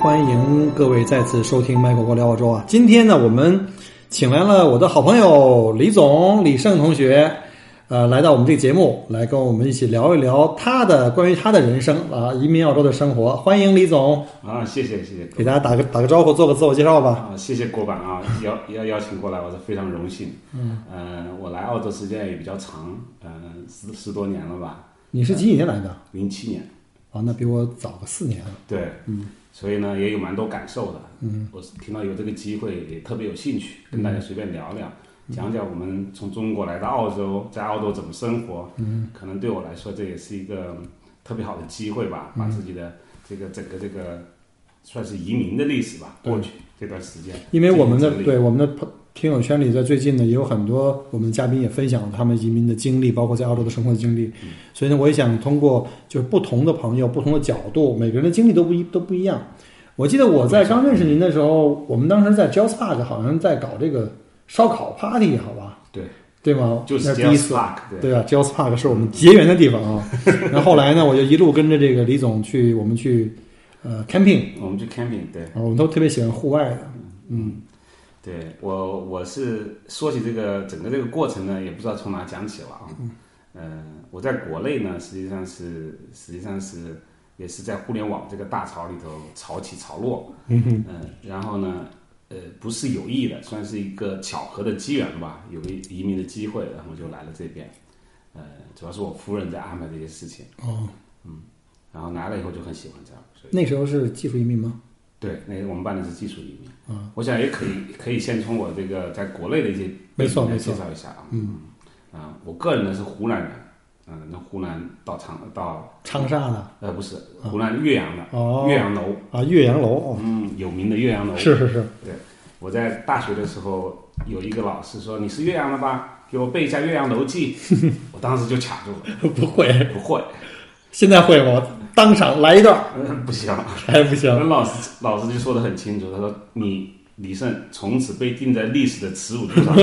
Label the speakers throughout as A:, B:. A: 欢迎各位再次收听麦果果聊澳洲啊！今天呢，我们请来了我的好朋友李总李胜同学，呃，来到我们这个节目，来跟我们一起聊一聊他的关于他的人生啊，移民澳洲的生活。欢迎李总，
B: 啊，谢谢谢谢
A: 给
B: 郭
A: 大家打个打个招呼，做个自我介绍吧。
B: 啊，谢谢郭板啊，邀邀邀请过来，我是非常荣幸。嗯，呃，我来澳洲时间也比较长，呃，十十多年了吧，
A: 你是几几年来的？
B: 零七年，
A: 啊，那比我早个四年。啊
B: 对，嗯，所以呢也有蛮多感受的。嗯，我是听到有这个机会也特别有兴趣，跟大家随便聊聊，
A: 嗯
B: 讲讲我们从中国来到澳洲，在澳洲怎么生活。嗯，可能对我来说这也是一个特别好的机会吧，
A: 嗯
B: 把自己的这个整个这个算是移民的历史吧，过去这段时间，
A: 因为我们的
B: 这个经历
A: 对我们的朋听友圈里，在最近呢，也有很多我们的嘉宾也分享了他们移民的经历，包括在澳洲的生活的经历。
B: 嗯
A: 所以呢，我也想通过就是不同的朋友、不同的角度，每个人的经历都不一都不一样。我记得我在刚认识您的时候，我们当时在 Jazz Park 好像在搞这个烧烤 party，好吧？
B: 对。
A: 对吗？
B: 就是
A: 那第一次
B: Jazz Park，对
A: 对啊，Jazz Park 是我们结缘的地方 啊。然后后来呢，我就一路跟着这个李总去，我们去呃 camping，
B: 我们去 camping，对
A: 啊我们都特别喜欢户外的。嗯
B: 对，我我是说起这个整个这个过程呢，也不知道从哪讲起了啊。嗯、呃，我在国内呢，实际上是实际上是也是在互联网这个大潮里头潮起潮落，嗯、然后呢，呃，不是有意的，算是一个巧合的机缘吧，有个移民的机会，然后就来了这边。呃，主要是我夫人在安排这些事情，
A: 哦，
B: 然后来了以后就很喜欢这样，所以。
A: 那时候是技术移民吗？
B: 对，那个我们办的是技术移民。嗯，我想也可以，可以先从我这个在国内的一些
A: 没错
B: 背景来
A: 没错
B: 介绍一下啊。嗯，啊，我个人呢是湖南人，嗯，那湖南到长到
A: 长沙的
B: 呃不是湖南岳阳的、
A: 嗯哦
B: 岳阳楼，
A: 啊，岳阳楼哦，
B: 嗯，有名的岳阳楼。
A: 是是是，
B: 对，我在大学的时候有一个老师说你是岳阳的吧，给我背一下《岳阳楼记》， 我当时就卡住了，
A: 不会，
B: 不会，
A: 现在会吗？当场来一段儿
B: 嗯，不行。
A: 还不行
B: 那老师老师就说的很清楚，他说你李胜从此被钉在历史的耻辱柱上，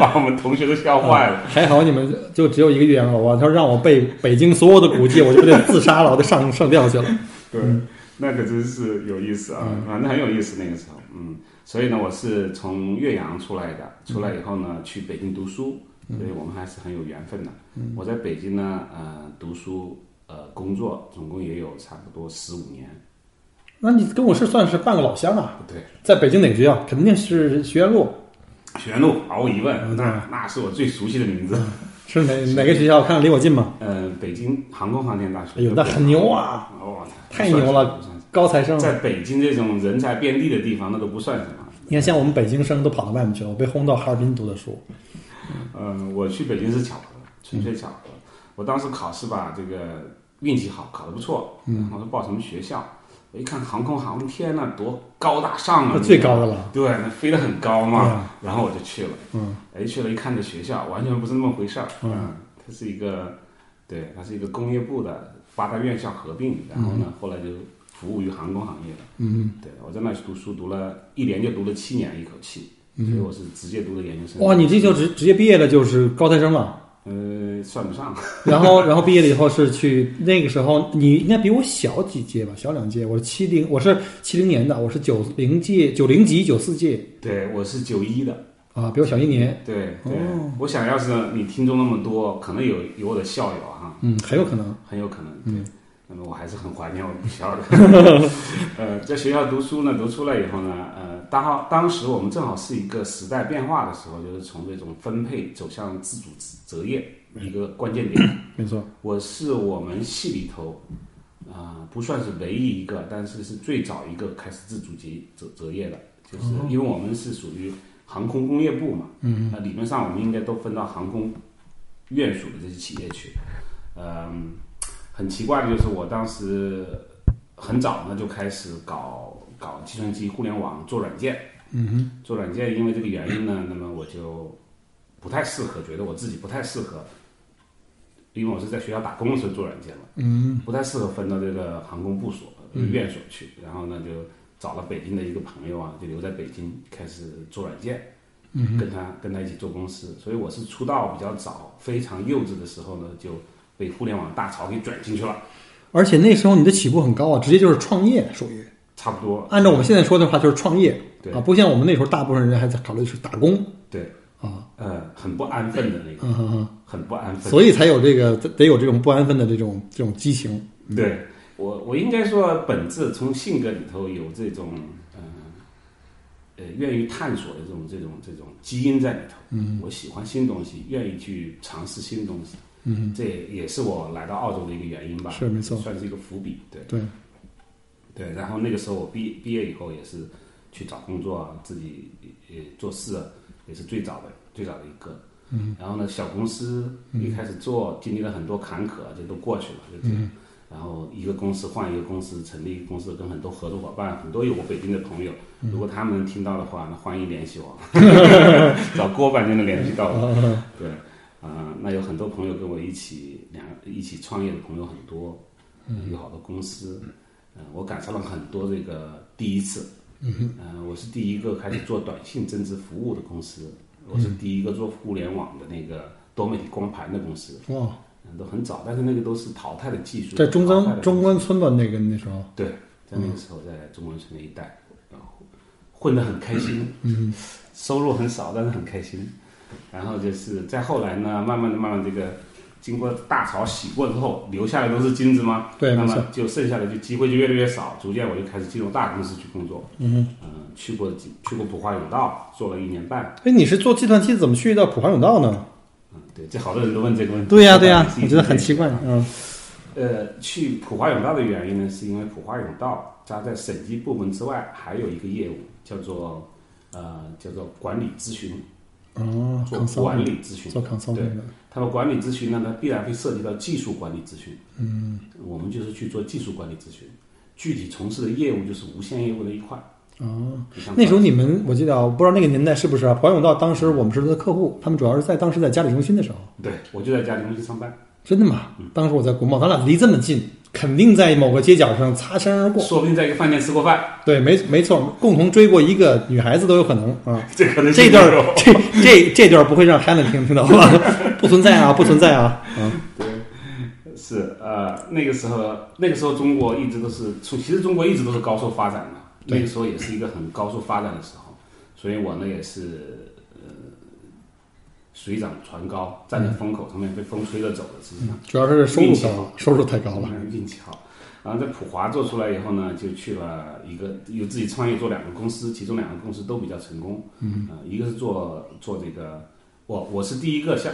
B: 把我们同学都笑坏了。
A: 还好你们就只有一个岳阳楼啊，他说让我背北京所有的古迹，我 就得自杀了，我得上上吊去了。
B: 对，那可真是有意思啊，反正很有意思那个时候，嗯，所以呢，我是从岳阳出来的，出来以后呢，去北京读书，所以我们还是很有缘分的。我在北京呢，呃，读书，呃，工作，总共也有差不多十五年。
A: 那你跟我是算是半个老乡啊，
B: 对，
A: 在北京哪个学校？肯定是学院路，
B: 学院路毫无疑
A: 嗯
B: 问，那那是我最熟悉的名字。
A: 是哪哪个学校？看看离我近吗？
B: 呃，北京航空航天大学。
A: 哎呦，那很牛啊，
B: 哦，
A: 太牛了
B: 不算什么！
A: 高材
B: 不算什么
A: 生。
B: 在北京这种人才遍地的地方，那都不算什么。
A: 你看，像我们北京生都跑到外面去了，我被轰到哈尔滨读的书。
B: 嗯，我去北京是巧合，
A: 嗯
B: 纯粹巧合。我当时考试吧，这个运气好，考得不错。嗯，我说报什么学校？我一看航空航天呐，多高大上啊！
A: 那最高的了，
B: 对，那飞得很高嘛。
A: 嗯
B: 然后我就去了，
A: 嗯，
B: 哎，去了一看这学校，完全不是那么回事儿。嗯，它是一个，对，它是一个工业部的八大院校合并，然后呢，后来就服务于航空行业了。
A: 嗯，
B: 对，我在那去读书，读了一年就读了七年，一口气，所以我是直接读的研究
A: 嗯
B: 生。
A: 哇，你这就直直接毕业了，就是高材生了。
B: 呃算不上，
A: 然后，然后毕业了以后是去那个时候，你应该比我小几届吧，小两届。我是七零，我是七零年的，我是九零届、九零级、九四届
B: 对我是九一的，
A: 啊，比我小一年。
B: 对对，
A: 哦
B: 我想要是你听众那么多，可能有有我的校友啊，
A: 嗯，很有可能。嗯
B: 很有可能对。那么我还是很怀念我们学校的。 呃，在学校读书呢，读出来以后呢，呃，当好当时我们正好是一个时代变化的时候，就是从这种分配走向自主择业一个关键点。
A: 没错，
B: 我是我们系里头，啊、不算是唯一一个，但是是最早一个开始自主结择择业的，就是因为我们是属于航空工业部嘛，嗯，那理论上我们应该都分到航空院属的这些企业去，嗯，很奇怪的就是我当时很早呢就开始搞搞计算机互联网做软件，
A: 嗯哼，
B: 做软件因为这个原因呢，那么我就不太适合，觉得我自己不太适合，因为我是在学校打工的时候做软件嘛，
A: 嗯
B: 不太适合分到这个航空部所、呃院所去，然后呢就找了北京的一个朋友啊，就留在北京开始做软件。
A: 嗯
B: 跟他跟他一起做公司，所以我是出道比较早，非常幼稚的时候呢，就被互联网大潮给卷进去了，
A: 哼，而且那时候你的起步很高啊，直接就是创业，属于
B: 差不多。
A: 按照我们现在说的话就是创业
B: 对
A: 啊，不像我们那时候大部分人还在考虑去打工
B: 对，
A: 啊，
B: 呃，很不安分的那个，
A: 嗯哼哼，
B: 很不安分。
A: 所以才有这个得有这种不安分的这种这种激情，
B: 对我，我应该说本质从性格里头有这种，嗯、呃，愿意探索的这种这种这种基因在里头。嗯，我喜欢新东西，愿意去尝试新东西，
A: 嗯
B: 这也是我来到澳洲的一个原因吧。
A: 是没错
B: 算是一个伏笔。对
A: 哼，。对，
B: 对，然后那个时候我毕毕业以后也是去找工作啊，自己呃做事啊，也是最早的最早的一个。嗯。然后呢，小公司一开始做，经历了很多坎坷，这都过去了，就这样。然后一个公司换一个公司，成立一个公司，跟很多合作伙伴，很多有我北京的朋友，如果他们听到的话，那欢迎联系我，找郭板就能联系到
A: 啊
B: 我。对，啊、那有很多朋友跟我一起两一起创业的朋友很多，嗯，有好多公司，嗯、我赶上了很多这个第一次，嗯、我是第一个开始做短信增值服务的公司，我是第一个做互联网的那个多媒体光盘的公司，
A: 哇，
B: 嗯，都很早，但是那个都是淘汰的技术，
A: 哦在中
B: 淘汰
A: 关
B: 的
A: 中关村吧，那个那时候，
B: 对，在那个时候在中关村那一带，然后混得很开心，
A: 嗯
B: 收入很少，但是很开心。然后就是再后来呢，慢慢的、慢慢地这个，经过大潮洗过之后，留下来都是金子吗？
A: 对
B: 啊那
A: 没错
B: 么就剩下的就机会就越来越少，逐渐我就开始进入大公司去工作。
A: 嗯哼，
B: 嗯、去过几去过普华永道，做了一年半。
A: 哎，你是做计算机怎么去到普华永道呢？
B: 嗯，对，这好多人都问这个问题。
A: 对呀、对呀、
B: 是一
A: 我觉得
B: 直
A: 很
B: 在
A: 奇怪，嗯
B: 呃，去普华永道的原因呢，是因为普华永道它在审计部门之外还有一个业务叫做呃叫做管理咨询，
A: 哦
B: 做管
A: ，consulting
B: 理咨询。
A: 做 consulting 的，
B: 他们管理咨询呢，它必然会涉及到技术管理咨询。嗯，我们就是去做技术管理咨询，具体从事的业务就是无线业务的一块。
A: 哦，
B: 就像
A: 那时候你们我记得啊，我不知道那个年代是不是啊？华永道当时我们是他的客户，他们主要是在当时在嘉里中心的时候，
B: 对我就在家里中心上班，
A: 真的吗？
B: 嗯
A: 当时我在国贸，咱俩离这么近，肯定在某个街角上擦身而过。
B: 说不定在一个饭店吃过饭，
A: 对，没没错，共同追过一个女孩子都有可能啊。
B: 这可能
A: 这
B: 性
A: 段
B: 没有
A: 儿这这这段儿不会让 Helen 听听到吧？ 不存在啊，不存在啊。嗯
B: 是呃，那个时候，那个时候中国一直都是从，其实中国一直都是高速发展的，
A: 对
B: 那个时候也是一个很高速发展的时候，所以我呢也是呃水涨船高，站在风口上面被风吹着走的，实际上
A: 主要是收入高，收入太高了。
B: 嗯运气好。然后在普华做出来以后呢，就去了一个有自己创业做两个公司，其中两个公司都比较成功。嗯、呃，一个是做做这个，我我是第一个像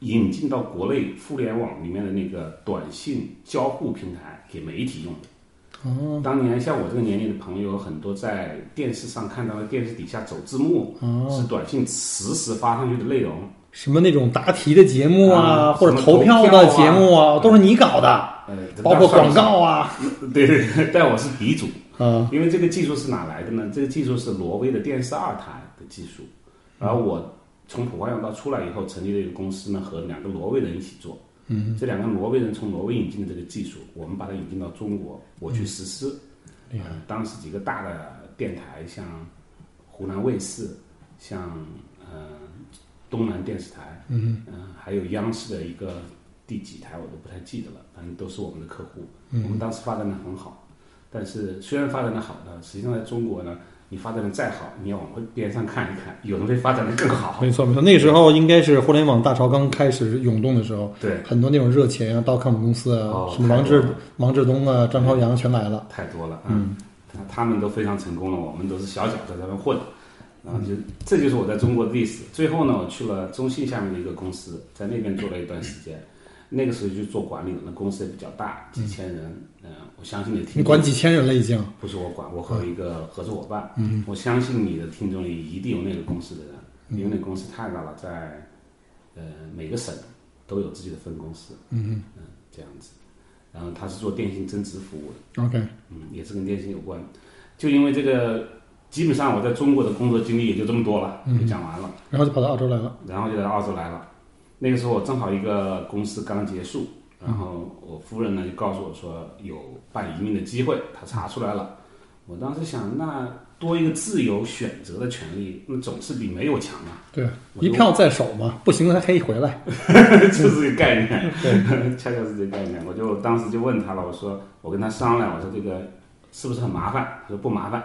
B: 引进到国内互联网里面的那个短信交互平台给媒体用的。
A: 哦
B: 当年像我这个年龄的朋友，很多在电视上看到的电视底下走字幕，
A: 哦，
B: 是短信实时发上去的内容。
A: 什么那种答题的节目啊，
B: 啊
A: 或者
B: 什么
A: 投票
B: 投
A: 的
B: 票啊
A: 节目啊，都是你搞的，
B: 呃，
A: 包括广
B: 告。
A: 告啊
B: 对对 对，但我是鼻祖。
A: 啊。
B: 因为这个技术是哪来的呢？这个技术是挪威的电视二台的技术，然后我从普华永道出来以后，成立了一个公司呢，和两个挪威人一起做。嗯，这两个挪威人从挪威引进的这个技术，我们把它引进到中国，我去实施。
A: 厉害
B: 呃当时几个大的电台，像湖南卫视，像呃东南电视台，嗯、还有央视的一个第几台我都不太记得了，反正都是我们的客户。我
A: 嗯
B: 们当时发展的很好，但是虽然发展的好呢，实际上在中国呢，你发展的再好，你要往边上看一看，有人会发展的更好。
A: 没错没错，那时候应该是互联网大潮刚开始涌动的时候，
B: 对，
A: 很多那种热钱啊，dotcom 公司啊，
B: 哦
A: 什么王志
B: 太多了
A: 王志东啊、张朝阳全来了。
B: 太多了。嗯，他他们都非常成功了，我们都是小小在那边混。然后就这就是我在中国的历史。最后呢，我去了中信下面的一个公司，在那边做了一段时间。那个时候就做管理了，那公司也比较大，几千人。嗯、我相信你听
A: 你管几千人了已经，
B: 不是我管，我和一个合作伙伴。嗯，我相信你的听众里一定有那个公司的人，因为那个公司太大了，在呃每个省都有自己的分公司。嗯嗯，这样子。然后他是做电信增值服务的，
A: OK，
B: 嗯，也是跟电信有关。就因为这个，基本上我在中国的工作经历也就这么多了，就讲完了。
A: 然后就跑到澳洲来了。
B: 然后就来澳洲来了。那个时候我正好一个公司刚结束，然后我夫人呢就告诉我说有办移民的机会，她查出来了。我当时想，那多一个自由选择的权利，那总是比没有强啊，
A: 对，
B: 我就
A: 一票在手嘛，不行还可以回来。
B: 就是这个概念，对， 恰恰是这个概念。我就当时就问他了，我说我跟他商量，我说这个是不是很麻烦？他说不麻烦。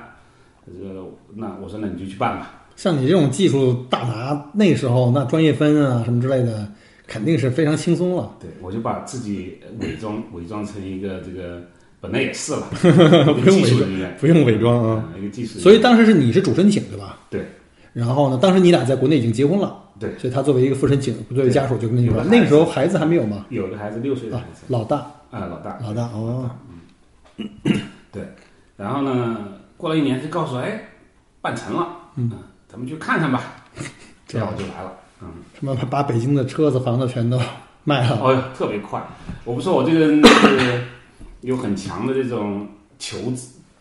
B: 他说那我说那你就去办吧。
A: 像你这种技术大拿，那时候那专业分啊什么之类的，肯定是非常轻松了。
B: 对，我就把自己伪装伪装成一个这个，本来也是了，
A: 不用
B: 技
A: 伪
B: 术
A: 装
B: 人员，
A: 不用伪装啊。
B: 嗯，一个技术人员，
A: 所以当时是你是主申请对吧？
B: 对
A: 然后呢，当时你俩在国内已经结婚了，
B: 对，
A: 所以他作为一个副申请，作为家属就跟你
B: 有
A: 说，
B: 了孩子
A: 那个时候孩子还没有嘛，
B: 有个孩子六岁的
A: 啊
B: 孩子，，
A: 老大，
B: 啊，老大，
A: 老大哦，
B: 然后呢，过了一年，他告诉我，哎，办成了，嗯，咱们去看看吧，
A: 这
B: 这
A: 样
B: 样我就来了，嗯，
A: 什么把把北京的车子房子全都 卖了，
B: 哦哟，特别快，我不说我这个人 就是有很强的这种求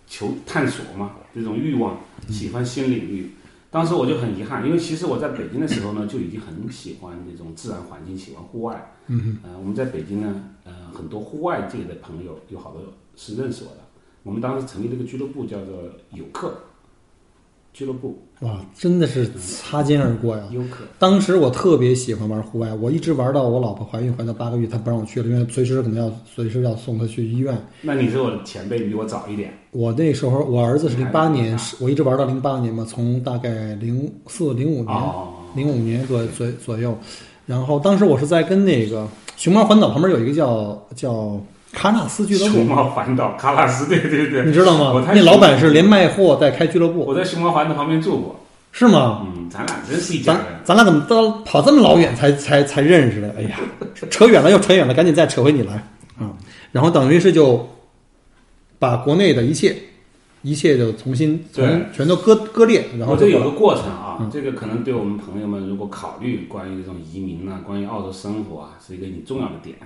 B: 求探索嘛，这种欲望，喜欢新领域。当时我就很遗憾，因为其实我在北京的时候呢，就已经很喜欢这种自然环境，喜欢户外。嗯呃，我们在北京呢，呃，很多户外界的朋友有好多是认识我的。我们当时成立了一个俱乐部，叫做游客俱乐部，
A: 哇，真的是擦肩而过呀。
B: 游客。
A: 当时我特别喜欢玩户外，我一直玩到我老婆怀孕怀到八个月，她不让我去了，因为随时可能要随时要送她去医院。
B: 那你是我的前辈，比我早一点。
A: 我那时候我儿子是零八
B: 孩
A: 年，
B: 子
A: 是我一直玩到零八年嘛，从大概零四零五年
B: 哦，
A: 零五年左左左右，然后当时我是在跟那个熊猫环岛旁边有一个叫叫喀纳斯俱乐
B: 熊
A: 部，
B: 猫环岛，喀纳斯，对对对，
A: 你知道
B: 我
A: 吗？
B: 太
A: 那老板是连卖货带开俱乐部，
B: 我在熊猫环的旁边住过。
A: 是吗？
B: 嗯，咱俩真是一家
A: 咱
B: 人。
A: 咱俩怎么到跑这么老远才才才认识的？哎呀，扯远了又扯远了，赶紧再扯回你来啊！然后等于是就把国内的一切一切就重新从
B: 对
A: 全都割割裂，然后
B: 我这
A: 就
B: 有个过程啊，这个可能对我们朋友们如果考虑关于这种移民呢、关于澳洲生活啊，是一个很重要的点。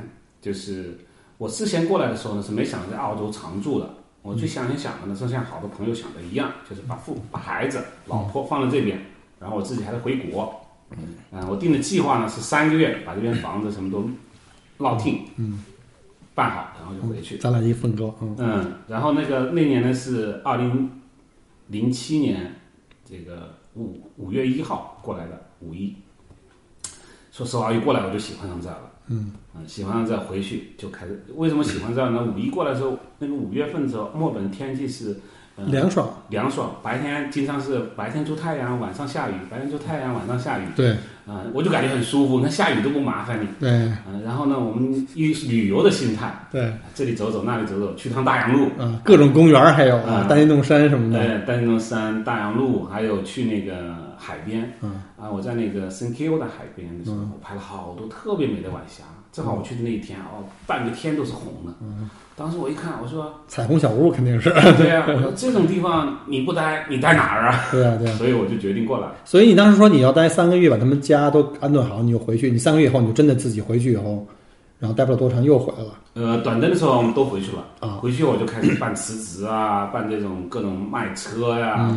B: 就是我之前过来的时候呢，是没想着在澳洲常住的。我最想想的呢，是像好多朋友想的一样，就是把父、把孩子、老婆放在这边，然后我自己还得回国。嗯、我定的计划呢是三个月把这边房子什么都落定，嗯，办好，然后就回去。
A: 咱俩一分割，嗯，
B: 嗯，然后那个那年呢是二零零七年，这个五五月一号过来的五一。说实话，一过来我就喜欢上这儿了。嗯，喜欢上这儿回去就开始。为什么喜欢这儿呢？五一过来的时候，那个五月份的时候，墨尔本天气是、呃、
A: 凉爽，
B: 凉爽，白天经常是白天出太阳，晚上下雨；白天出太阳，晚上下雨。
A: 对
B: 啊、我就感觉很舒服。你看下雨都不麻烦你。
A: 对
B: 嗯、然后呢，我们以旅游的心态，
A: 对
B: 这里走走，那里走走，去趟大洋路。
A: 啊，各种公园儿还有啊
B: 啊，
A: 丹尼洞山什么的，
B: 呃，丹东山、大洋路，还有去那个海边。
A: 嗯
B: 啊，我在那个 s a n k i o 的海边的时候，我拍了好多特别美的晚霞。正好我去的那一天，哦，半个天都是红的。
A: 嗯
B: 当时我一看，我说
A: 彩虹小屋肯定 是，：“
B: 对呀、我说这种地方你不待，你待哪儿啊
A: 对啊对？”啊。
B: 所以我就决定过来。
A: 所以你当时说你要待三个月，把他们家都安顿好，你就回去。你三个月以后，你就真的自己回去以后，然后待不了多长又回来了
B: 呃，短灯的时候我们都回去了。
A: 啊。
B: 回去我就开始办辞职啊，办这种各种卖车呀、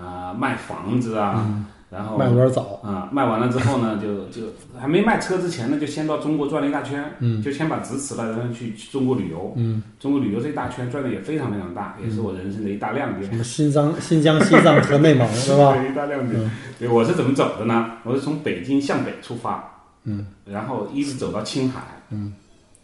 B: 啊，卖房子啊，然后
A: 嗯卖的有点早，
B: 啊，卖完了之后呢，就就还没卖车之前呢，就先到中国转了一大圈，嗯，就先把职辞了，然后去去中国旅游，嗯，中国旅游这一大圈转的也非常非常大，也是我人生的一大亮点，
A: 什么新疆、新疆、西藏和内蒙，
B: 嗯
A: 对吧？
B: 对 一大亮点。对，我是怎么走的呢？我是从北京向北出发，嗯，然后一直走到青海，嗯，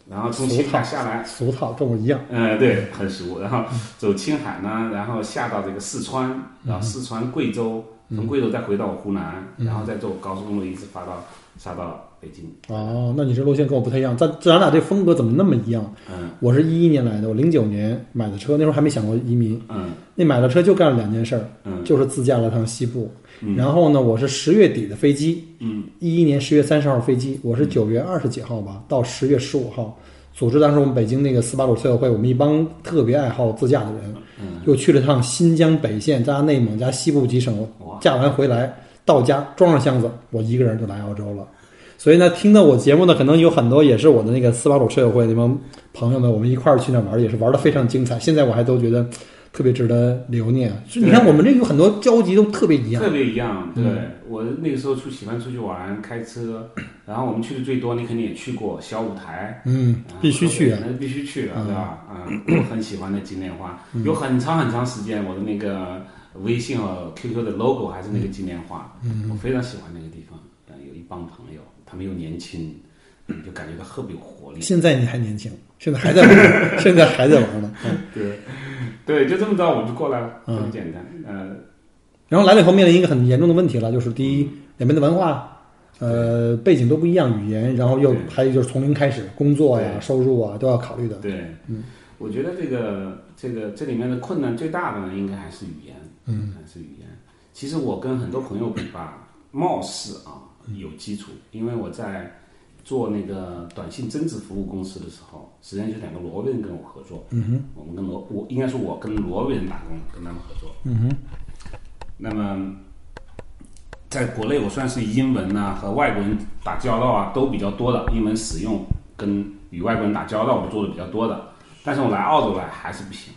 B: 然后从青海下来，
A: 嗯俗套，跟我一样。
B: 呃，对，很熟。然后走青海呢，然后下到这个四川，然后四川贵州，从贵州再回到我湖南，然后再坐高速公路一直发到杀到北京。
A: 哦，那你这路线跟我不太一样，咱咱俩这风格怎么那么一样？
B: 嗯
A: 我是一一年来的，我零九年买的车，那时候还没想过移民。
B: 嗯
A: 那买了车就干了两件事儿，
B: 嗯
A: 就是自驾了趟西部，
B: 嗯
A: 然后呢，我是十月底的飞机，
B: 嗯
A: 一一年十月三十号飞机，我是九月二十几号吧，到十月十五号，组织当时我们北京那个斯巴鲁车友会，我们一帮特别爱好自驾的人，
B: 嗯，
A: 又去了趟新疆北线加内蒙加西部几省，
B: 哇，
A: 驾完回来到家装上箱子，我一个人就来澳洲了。所以呢，听到我节目呢，可能有很多也是我的那个斯巴鲁车友会，你们朋友们，我们一块儿去那玩，也是玩的非常精彩。现在我还都觉得特别值得留念。是你看，
B: 对
A: 我们这有很多交集都特别一样
B: 特。别一样。对、我那个时候出喜欢出去玩，开车，然后我们去的最多，你肯定也去过小舞台，
A: 嗯，必须去啊！
B: 那必须去啊，
A: 嗯
B: 对吧？嗯，我很喜欢的景点花，有很长很长时间，我的那个微信和 QQ 的 logo 还是那个纪念花，嗯，我非常喜欢那个地方。嗯，有一帮朋友，他们又年轻，嗯就感觉到特别有活力。
A: 现在你还年轻，现在还在玩，现在还在玩呢。嗯
B: 对，对，就这么着我们就过来了，
A: 嗯
B: 很简单。呃，
A: 然后来了以后，面临一个很严重的问题了，就是第一，两边的文化，呃，背景都不一样，语言，然后又
B: 对
A: 还有就是从零开始，工作呀、
B: 对
A: 收入啊都要考虑的。
B: 对，嗯，我觉得这个这个这里面的困难最大的呢，应该还是语言，嗯，还是语言。其实我跟很多朋友比 吧，貌似啊有基础，因为我在做那个短信增值服务公司的时候，实际上就两个挪威人跟我合作，嗯哼，我们跟挪我应该是我跟挪威人打工，跟他们合作，嗯哼，那么。在国内，我算是英文呐、和外国人打交道啊都比较多的，英文使用跟与外国人打交道我做的比较多的。但是我来澳洲来还是不行，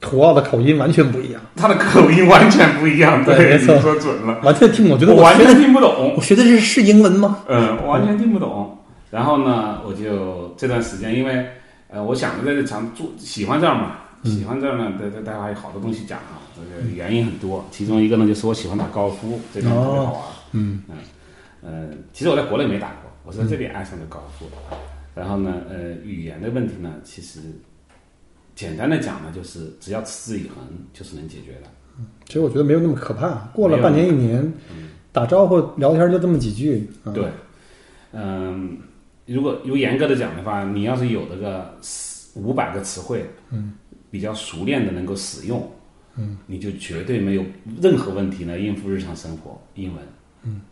A: 土澳的口音完全不一样，
B: 他的口音完全不一样，
A: 对没
B: 对，
A: 错
B: 你说准了，
A: 完全听不懂。我觉得
B: 我
A: 我
B: 完
A: 学
B: 全
A: 的，
B: 听不懂，
A: 我学的是是英文吗？
B: 嗯，我完全听不懂。然后呢，我就这段时间，因为呃，我想着在这常住，喜欢这儿嘛，喜欢这儿呢，待待待会儿还有好多东西讲啊，这个原因很多，其中一个呢就是我喜欢打高尔夫，这点特别好玩。
A: 嗯
B: 呃，其实我在国内没打过，我是在这里爱上的高尔夫。然后呢，呃，语言的问题呢，其实简单的讲呢，就是只要持之以恒，就是能解决的。
A: 其实我觉得没有那么可怕。过了
B: 没有
A: 半年一年，打招呼聊天就这么几句。啊、
B: 对，嗯、如果如果严格的讲的话，你要是有这个五百个词汇，嗯，比较熟练的能够使用，嗯，你就绝对没有任何问题呢应付日常生活英文，嗯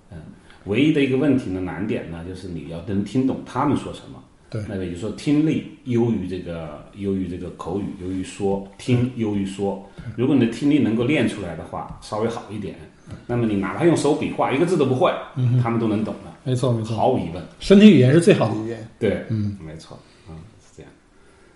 B: 唯一的一个问题呢难点呢就是你要能听懂他们说什么。
A: 对，
B: 那也就是说听力优于这个优于这个口语，优于说听优于说。如果你的听力能够练出来的话，稍微好一点，那么你哪怕用手比划一个字都不会，他们都能懂的，
A: 没错没错，
B: 毫无疑问。
A: 身体语言是最好的语言。
B: 对，嗯，没错，嗯，是这样。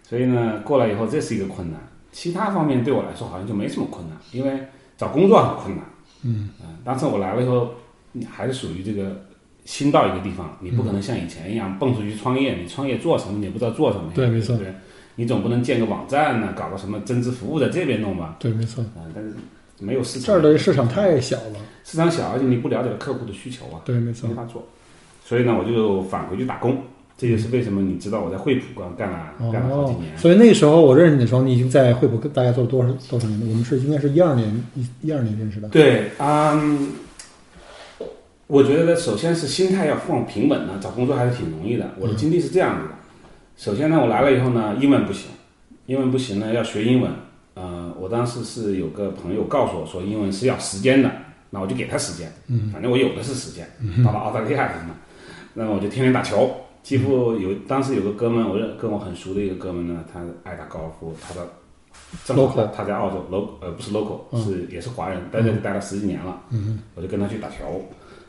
B: 所以呢，过来以后这是一个困难，其他方面对我来说好像就没什么困难，因为找工作很困难。嗯，当时我来了以后，你还是属于这个新到一个地方，你不可能像以前一样蹦出去创业，你创业做什么你也不知道做什么呀。
A: 对没错
B: 不对，你总不能建个网站呢，搞个什么增值服务在这边弄吧？
A: 对，没错，
B: 啊、但是没有市场，
A: 这儿的市场太小了。
B: 市场小，而且你不了解客户的需求啊。
A: 对，没错
B: 没。法做。所以呢，我就返回去打工。这就是为什么你知道我在惠普干干了干了好几
A: 哦
B: 年，，
A: 所以那个时候我认识你的时候，你已经在惠普大概做了多少多少年了？我们是应该是一二年一一二年认识的。
B: 对，嗯，我觉得首先是心态要放平稳呢，找工作还是挺容易的。我的经历是这样子的，首先呢，我来了以后呢，英文不行，英文不行呢，要学英文。呃，我当时是有个朋友告诉我说，英文是要时间的，那我就给他时间，嗯，反正我有的是时间，
A: 嗯
B: 到了澳大利亚什么，那么我就天天打球。几
A: 嗯
B: 乎有当时有个哥们，我认跟我很熟的一个哥们呢，他爱打高尔夫，他的正好
A: Local
B: 他在澳洲 lo 呃不是 local
A: 嗯
B: 是也是华人，在这里待了十几年了，
A: 嗯
B: 我就跟他去打球，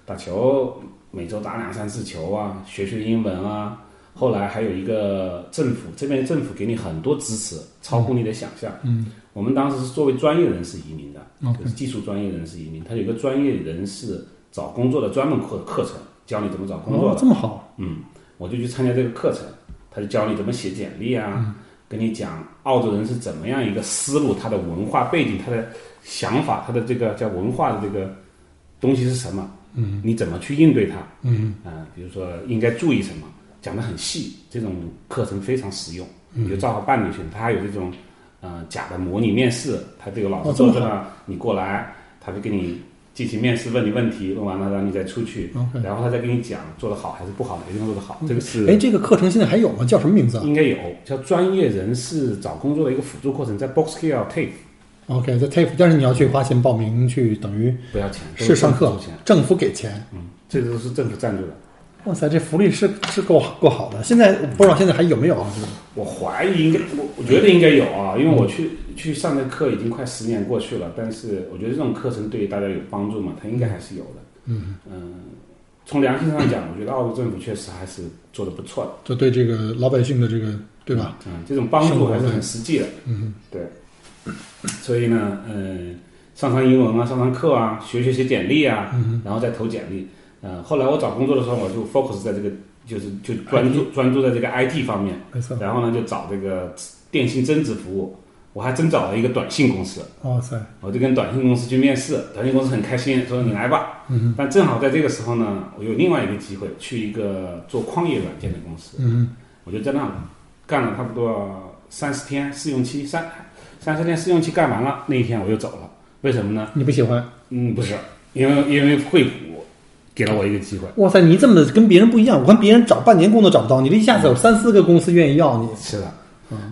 B: 打球每周打两三次球啊，学学英文啊。后来还有一个政府这边政府给你很多支持，超乎你的想象。
A: 嗯，
B: 我们当时是作为专业人士移民的，
A: OK
B: 就是技术专业人士移民，他有一个专业人士找工作的专门课课程，教你怎么找工作
A: 哦
B: 的，
A: 这么好，
B: 嗯，我就去参加这个课程，他就教你怎么写简历啊，跟你讲澳洲人是怎么样一个思路，他的文化背景，他的想法，他的这个叫文化的这个东西是什么，嗯，你怎么去应对它，
A: 嗯，
B: 啊、比如说应该注意什么，讲得很细，这种课程非常实用，
A: 嗯
B: 你就照着办就行。他还有这种，呃，假的模拟面试，他这个老
A: 哦
B: 师
A: 这么
B: 坐在那儿，你过来，他就给你进行面试，问你问题，问完了让你再出去
A: OK
B: 然后他再给你讲做得好还是不好，哪个地方做得好，这个是
A: 哎，这个课程现在还有吗？叫什么名字啊
B: 应该有叫专业人士找工作的一个辅助课程，在 Boxkill Take
A: ？OK，在 TAFE，但是你要去花钱报名去，等于
B: 不要钱，都
A: 是上
B: 政
A: 课
B: 府出钱，，
A: 政府给钱。
B: 嗯，这都是政府赞助的。
A: 哇塞，这福利是是够够好的。现在不知道现在还有没有啊？这个
B: 我怀疑应该，我我觉得应该有啊，因为我去去上的课已经快十年过去了，但是我觉得这种课程对于大家有帮助嘛，它应该还是有的。嗯从良心上讲，我觉得澳洲政府确实还是做的不错的，
A: 就对这个老百姓的这个，对吧？
B: 嗯，这种帮
A: 生
B: 助
A: 活
B: 还是
A: 对
B: 很实际的。
A: 嗯，
B: 所以呢，嗯、上上英文啊，上上课啊，学学写简历啊，
A: 嗯
B: 然后再投简历。嗯、后来我找工作的时候，我就 focus 在这个，就是就专注专注在这个 IT 方面，
A: 没错。
B: 然后呢就找这个电信增值服务，我还真找了一个短信公司，
A: 哇塞，
B: 我就跟短信公司去面试，短信公司很开心，说你来吧。
A: 嗯
B: 但正好在这个时候呢，我有另外一个机会，去一个做矿业软件的公司。
A: 嗯
B: 我就在那干了差不多三十天试用期，三三十天试用期干完了，那一天我就走了。为什么呢？
A: 哼，你不喜欢？
B: 嗯，不是，因为因为惠普给了我一个机会。
A: 哇塞，你怎么跟别人不一样？我看别人找半年工都找不到，你这一下子有三四个公司愿意要你。
B: 是的，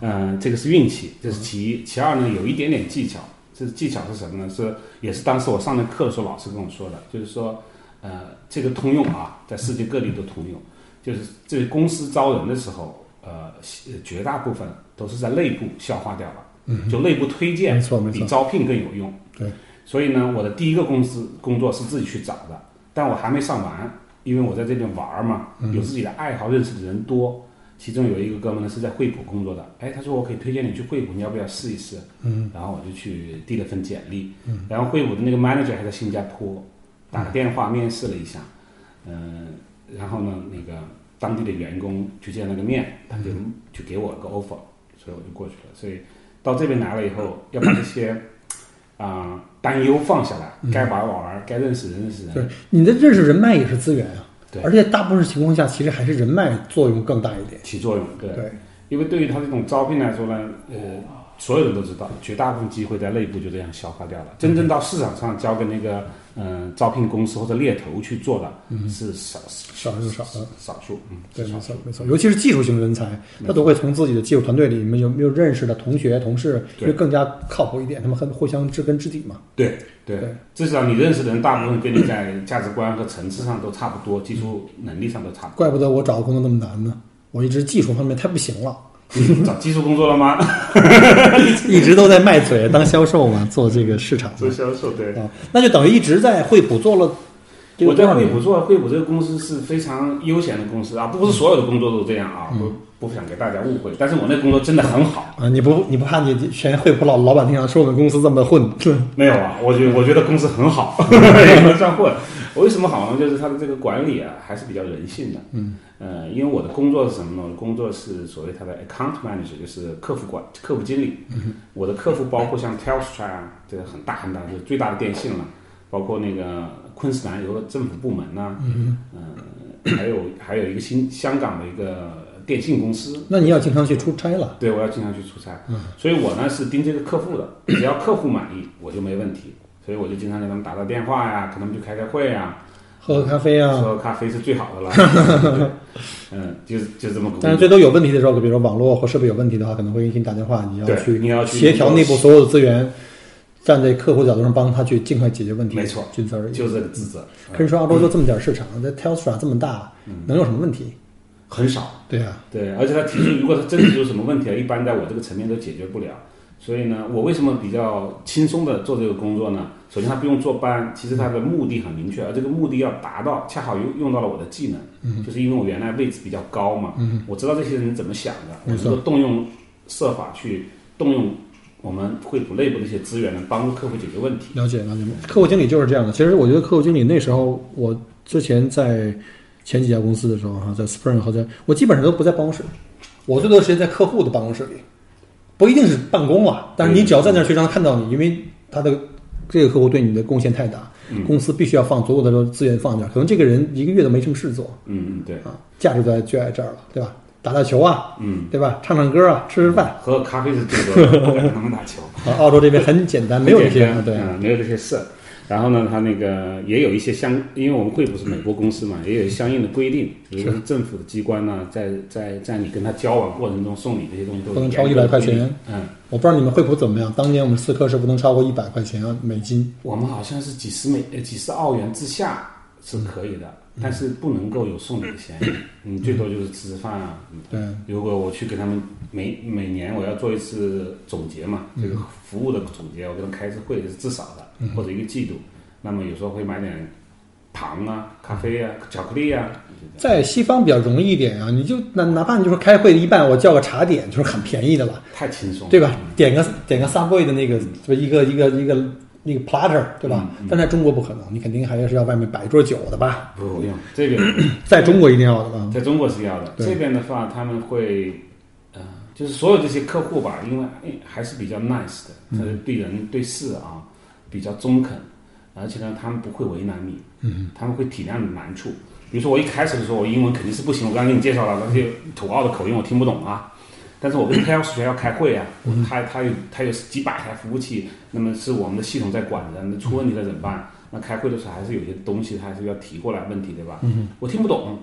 B: 嗯、这个是运气，这是其一。其二呢，有一点点技巧。这技巧是什么呢？是也是当时我上的课的时候，老师跟我说的，就是说，呃，这个通用啊，在世界各地都通用，就是这个公司招人的时候，呃，绝大部分都是在内部消化掉了，
A: 嗯
B: 就内部推荐
A: 没错没错
B: 比招聘更有用。
A: 对，
B: 所以呢，我的第一个公司工作是自己去找的，但我还没上完，因为我在这边玩儿嘛，
A: 嗯
B: 有自己的爱好，认识的人多。其中有一个哥们呢是在惠普工作的，哎，他说我可以推荐你去惠普，你要不要试一试？
A: 嗯，
B: 然后我就去递了份简历，然后惠普的那个 manager 还在新加坡，打个电话面试了一下，嗯、然后呢，那个当地的员工去见了个面，
A: 嗯
B: 他就就给我个 offer，所以我就过去了。所以到这边来了以后，要把这些啊、担忧放下来，该玩玩玩，该认识人认识人。
A: 嗯对，你的认识人脉也是资源啊。
B: 对
A: 而且大部分情况下，其实还是人脉作用更大一点。
B: 起作用，对，
A: 对
B: 因为对于他这种招聘来说呢，呃，所有人都知道，绝大部分机会在内部就这样消化掉
A: 嗯
B: 了。真正到市场上交给那个嗯、呃招聘公司或者猎头去做的，是少
A: 嗯少之又少的。
B: 少数，嗯，
A: 对，
B: 是
A: 没
B: 少
A: 错没错，尤其是技术型人才，他都会从自己的技术团队里面有没有认识的同学、同事，
B: 对
A: 就更加靠谱一点。他们很互相知根知底嘛。
B: 对对
A: 对，
B: 至少你认识的人大部分跟你在价值观和层次上都差不多，技术能力上都 差不
A: 怪不得我找工作那么难呢，我一直技术方面太不行了，
B: 多。你找技术工作了吗？
A: 一直都在卖嘴当销售嘛，做这个市场
B: 做销售，对。
A: 啊，那就等于一直在惠普做了这
B: 我
A: 个多
B: 在
A: 少
B: 惠
A: 年？
B: 普做，惠普这个公司是非常悠闲的公司啊，不是所有的工作都这样啊，不不想给大家误会。但是我那工作真的很好，
A: 啊，你不你不怕你全惠普老老板听到说我们公司这么混？对，
B: 没有啊，我觉我觉得公司很 好，也不能算混。我为什么好呢？就是它的这个管理啊，还是比较人性的。嗯，呃，因为我的工作是什么呢？我的工作是所谓它的 account manager，就是客服管客服经理。嗯、我的客服包括像 Telstra 啊，这个很大很大，就是最大的电信了、包括那个昆士兰有个政府部门呐、嗯、还有还有一个新香港的一个电信公司，
A: 那你要经常去出差了。
B: 对，我要经常去出差，
A: 嗯
B: 所以我呢是盯这个客户的，只要客户满意，我就没问题。所以我就经常给他们打打电话呀，跟他们去开开会呀，
A: 喝喝咖啡啊，
B: 喝咖啡是最好 的了。嗯，就是就这么个。
A: 但是最多有问题的时候，比如说网络或设备有问题的话，可能会给你打电话，你要
B: 对
A: 去
B: 你要去
A: 协调内部所有的资源，站在客户角度上帮他去尽快解决问题，
B: 没错
A: 仅此而已。
B: 就这个职责，嗯
A: 可以说澳洲就这么点儿市场，这 Telstra 这么大，能有什么问题？
B: 很少。
A: 对啊，
B: 对，而且他提出，如果他真的有什么问题啊，一般在我这个层面都解决不了。所以呢，我为什么比较轻松的做这个工作呢？首先，他不用坐班，其实他的目的很明确，而这个目的要达到，恰好用用到了我的技能，
A: 嗯
B: 就是因为我原来位置比较高嘛，我知道这些人怎么想的，我
A: 没
B: 能
A: 错
B: 够动用设法去动用我们惠普内部的一些资源，来帮助客户解决问题。
A: 了解了解。客户经理就是这样的。其实我觉得客户经理那时候，我之前在前几家公司的时候哈，在 Spring 和在，我基本上都不在办公室，我最多时间在客户的办公室里，不一定是办公了，但是你只要在那儿，非常看到你，因为他的这个客户对你的贡献太大，公司必须要放足够的资源放这儿。可能这个人一个月都没什么事做
B: 嗯嗯，对，
A: 啊，价值在就在这儿了，对吧？打打球啊，
B: 嗯，
A: 对吧？唱唱歌啊，吃吃饭。
B: 喝咖啡是最多的，不敢跟他们打球。
A: 啊，澳洲这边很简单，没有这些啊，对，
B: 嗯，没有这些事儿。然后呢，它那个也有一些相，因为我们惠普是美国公司嘛，也有相应的规定，比如说政府的机关呢，在在在你跟他交往过程中送你这些东西都
A: 不能
B: 有
A: 超
B: 严格的
A: 100块
B: 规定
A: 钱。
B: 嗯，
A: 我不知道你们惠普怎么样，当年我们四科是不能超过一百块钱啊美金，
B: 我们好像是几十美呃几十澳元之下是可以的，
A: 嗯
B: 但是不能够有送礼的嫌疑。你最多就是吃吃饭啊。
A: 对，
B: 如果我去给他们每每年我要做一次总结嘛，这个服务的总结，我跟他们开一次会是至少的，或者一个季度。那么有时候会买点糖啊、咖啡啊、巧克力啊，就这样
A: 在西方比较容易一点啊，你就哪哪怕你就是开会一半，我叫个茶点就是很便宜的了，
B: 太轻松了，
A: 对吧？点个点个 Subway 的那个，这一个一个一个那个 platter，对吧？
B: 嗯
A: 但在中国不可能，你肯定还是要外面摆一桌酒的吧？
B: 不用这边
A: 在中国一定要的吧？
B: 在中国是要的，
A: 嗯对
B: 这边的话他们会，呃，就是所有这些客户吧，因为哎还是比较 nice 的，他是对人对事啊比较中肯，而且呢他们不会为难你，嗯，他们会体谅你的难处。比如说我一开始的时候我英文肯定是不行，我刚才给你介绍了那些土澳的口音我听不懂啊。但是我跟 Tails 学校开会啊，我他他有他有几百台服务器，那么是我们的系统在管着，那出问题了怎么办？那开会的时候还是有些东西还是要提过来问题，对吧？我听不懂，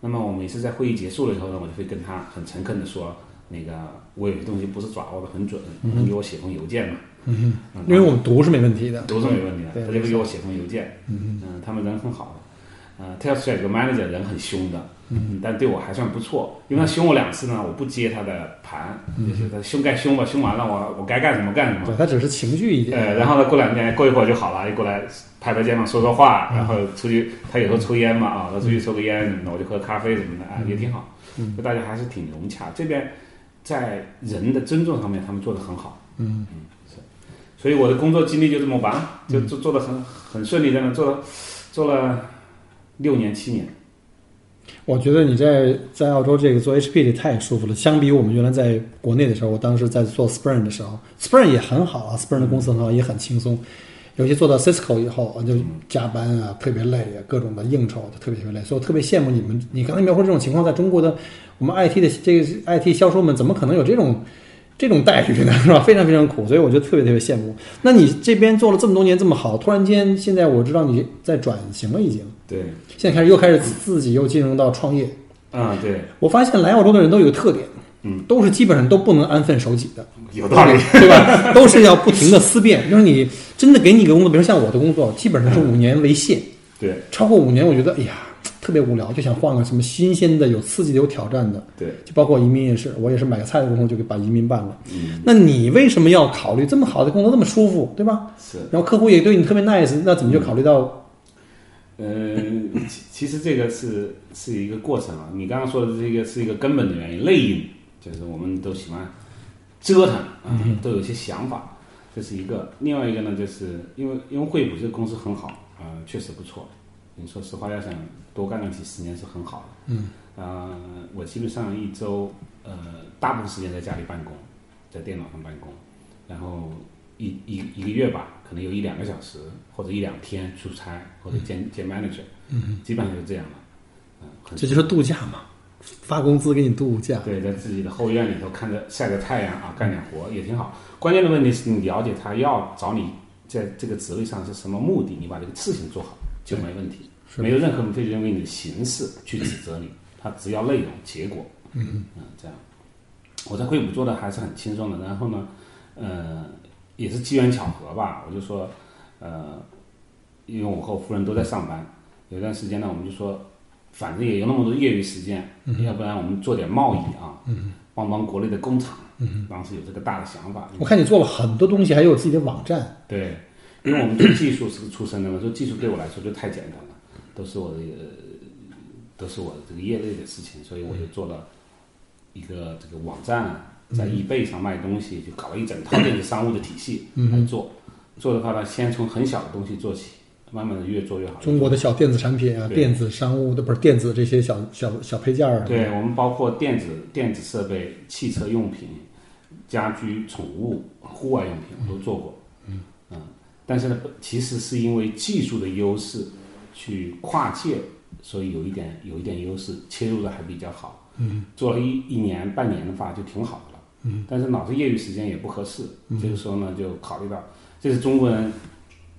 B: 那么我每次在会议结束了以后呢，我就会跟他很诚恳的说，那个我有些东西不是掌握的很准，你给我写封邮件嘛。嗯
A: 因为我们读是没问题的，
B: 都是没问题啊
A: 对
B: 的，他就会给我写封邮件。嗯他们人很好的，呃，他要选个 manager 人很凶的，嗯，但对我还算不错，因为他凶我两次呢，我不接他的盘，就是他凶该凶吧，凶完了我我该干什么干什么。
A: 对，它只是情绪一点，
B: 呃，然后呢，过两天过一会儿就好了，就过来拍拍肩膀说说话，然后出去，他有时候抽烟嘛啊，他出去抽个烟什么的，我就喝咖啡什么的啊，也挺好，就大家还是挺融洽。这边在人的尊重上面，他们做的很好，
A: 嗯
B: 是，所以我的工作经历就这么完，就就做的很很顺利，在那做了做了六年七年，
A: 我觉得你在在澳洲这个做 HP 里太舒服了，相比我们原来在国内的时候，我当时在做 Spring 的时候，Spring 也很好啊，Spring 的公司很好，也很轻松。尤其做到 Cisco 以后，就加班啊，特别累啊，各种的应酬就特别特别累，所以我特别羡慕你们。你刚才描述这种情况，在中国的我们 IT 的这个 IT 销售们，怎么可能有这种这种待遇呢？是吧？非常非常苦，所以我就特别特别羡慕。那你这边做了这么多年这么好，突然间现在我知道你在转型了，已经
B: 对，
A: 现在开始又开始自己又进入到创业，
B: 嗯对，
A: 我发现来澳洲的人都有个特点，
B: 嗯，
A: 都是基本上都不能安分守己的，
B: 有道理，
A: 对吧？都是要不停的思辨。就是你真的给你一个工作，比如像我的工作，基本上是五年为限，
B: 对
A: 超过五年，我觉得哎呀特别无聊，就想换个什么新鲜的、有刺激的、有挑战的。
B: 对，
A: 就包括移民也是，我也是买个菜的功夫就给把移民办了。
B: 嗯
A: 那你为什么要考虑这么好的工作，那么舒服，对吧？
B: 是。
A: 然后客户也对你特别 nice，那怎么就考虑到
B: 嗯，其其实这个是是一个过程啊。你刚刚说的这个是一个根本的原因，内因就是我们都喜欢折腾啊，都有一些想法，这是一个。另外一个呢，就是因为因为惠普这个公司很好啊、呃确实不错。你说实话，要想多干个几十年是很好的。嗯。呃，我基本上一周呃大部分时间在家里办公，在电脑上办公，然后一一一个月吧，可能有一两个小时或者一两天出差或者见见 manager，嗯，基本上就这样了。嗯，很
A: 这就是度假嘛？发工资给你度假，
B: 对，在自己的后院里头看着晒着太阳啊，干点活也挺好。关键的问题是你了解他要找你在这个职位上是什么目的，你把这个事情做好就没问题，
A: 是
B: 没有任何人会认为你的形式去指责你，他只要内容结果。嗯这样。我在惠普做的还是很轻松的，然后呢，呃，也是机缘巧合吧，我就说，呃，因为我和我夫人都在上班，有段时间呢，我们就说，反正也有那么多业余时间，要不然我们做点贸易啊，帮帮国内的工厂。当时有这个大的想法，
A: 我看你做了很多东西，还有自己的网站。
B: 对，因为我们做技术是个出身的嘛，做技术对我来说就太简单了，都是我的，呃都是我这个业内的事情，所以我就做了一个这个网站，啊在易贝上卖东西，就搞了一整套电子商务的体系来做。做的话呢，先从很小的东西做起，慢慢的越做越好。
A: 中国的小电子产品啊，
B: 对
A: 电子商务的不是电子这些小小小配件儿，啊
B: 对我们包括电子电子设备、汽车用品、家居、宠物、户外用品，我都做过。嗯，但是呢，其实是因为技术的优势去跨界，所以有一点有一点优势，切入的还比较好。嗯，做了一一年半年的话就挺好的了。嗯，但是老是业余时间也不合适，这个时候呢就考虑到，这是中国人。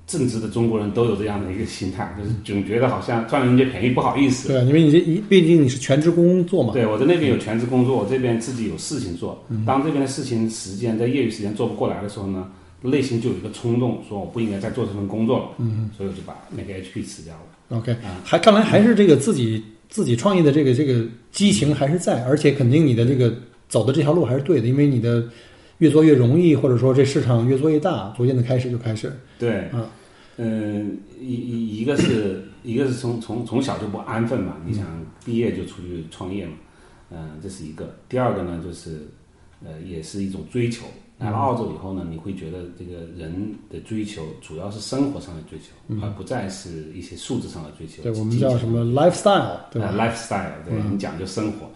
B: 正直的中国人都有这样的一个心态，就是总觉得好像占人家便宜不好意思，
A: 对，啊因为你这一毕竟你是全职工作嘛，
B: 对，我在那边有全职工作，我这边自己有事情做。当这边的事情时间在业余时间做不过来的时候呢，内心就有一个冲动，说我不应该再做这份工作了。嗯，所以我就把那个 HP 辞掉了。
A: ，OK，还
B: 嗯
A: 看来还是这个自己自己创业的这个这个激情还是在，而且肯定你的这个走的这条路还是对的，因为你的越做越容易，或者说这市场越做越大，逐渐的开始就开始，
B: 对，
A: 嗯
B: 嗯，一一一个是一个是从从从小就不安分嘛，你想毕业就出去创业嘛，嗯、这是一个。第二个呢，就是呃，也是一种追求。来了澳洲以后呢，你会觉得这个人的追求主要是生活上的追求，而不再是一些物质上的追
A: 嗯
B: 求。
A: 对我们
B: 金钱
A: 叫什么 lifestyle，对吧？嗯
B: 呃 lifestyle，对、你讲究生活。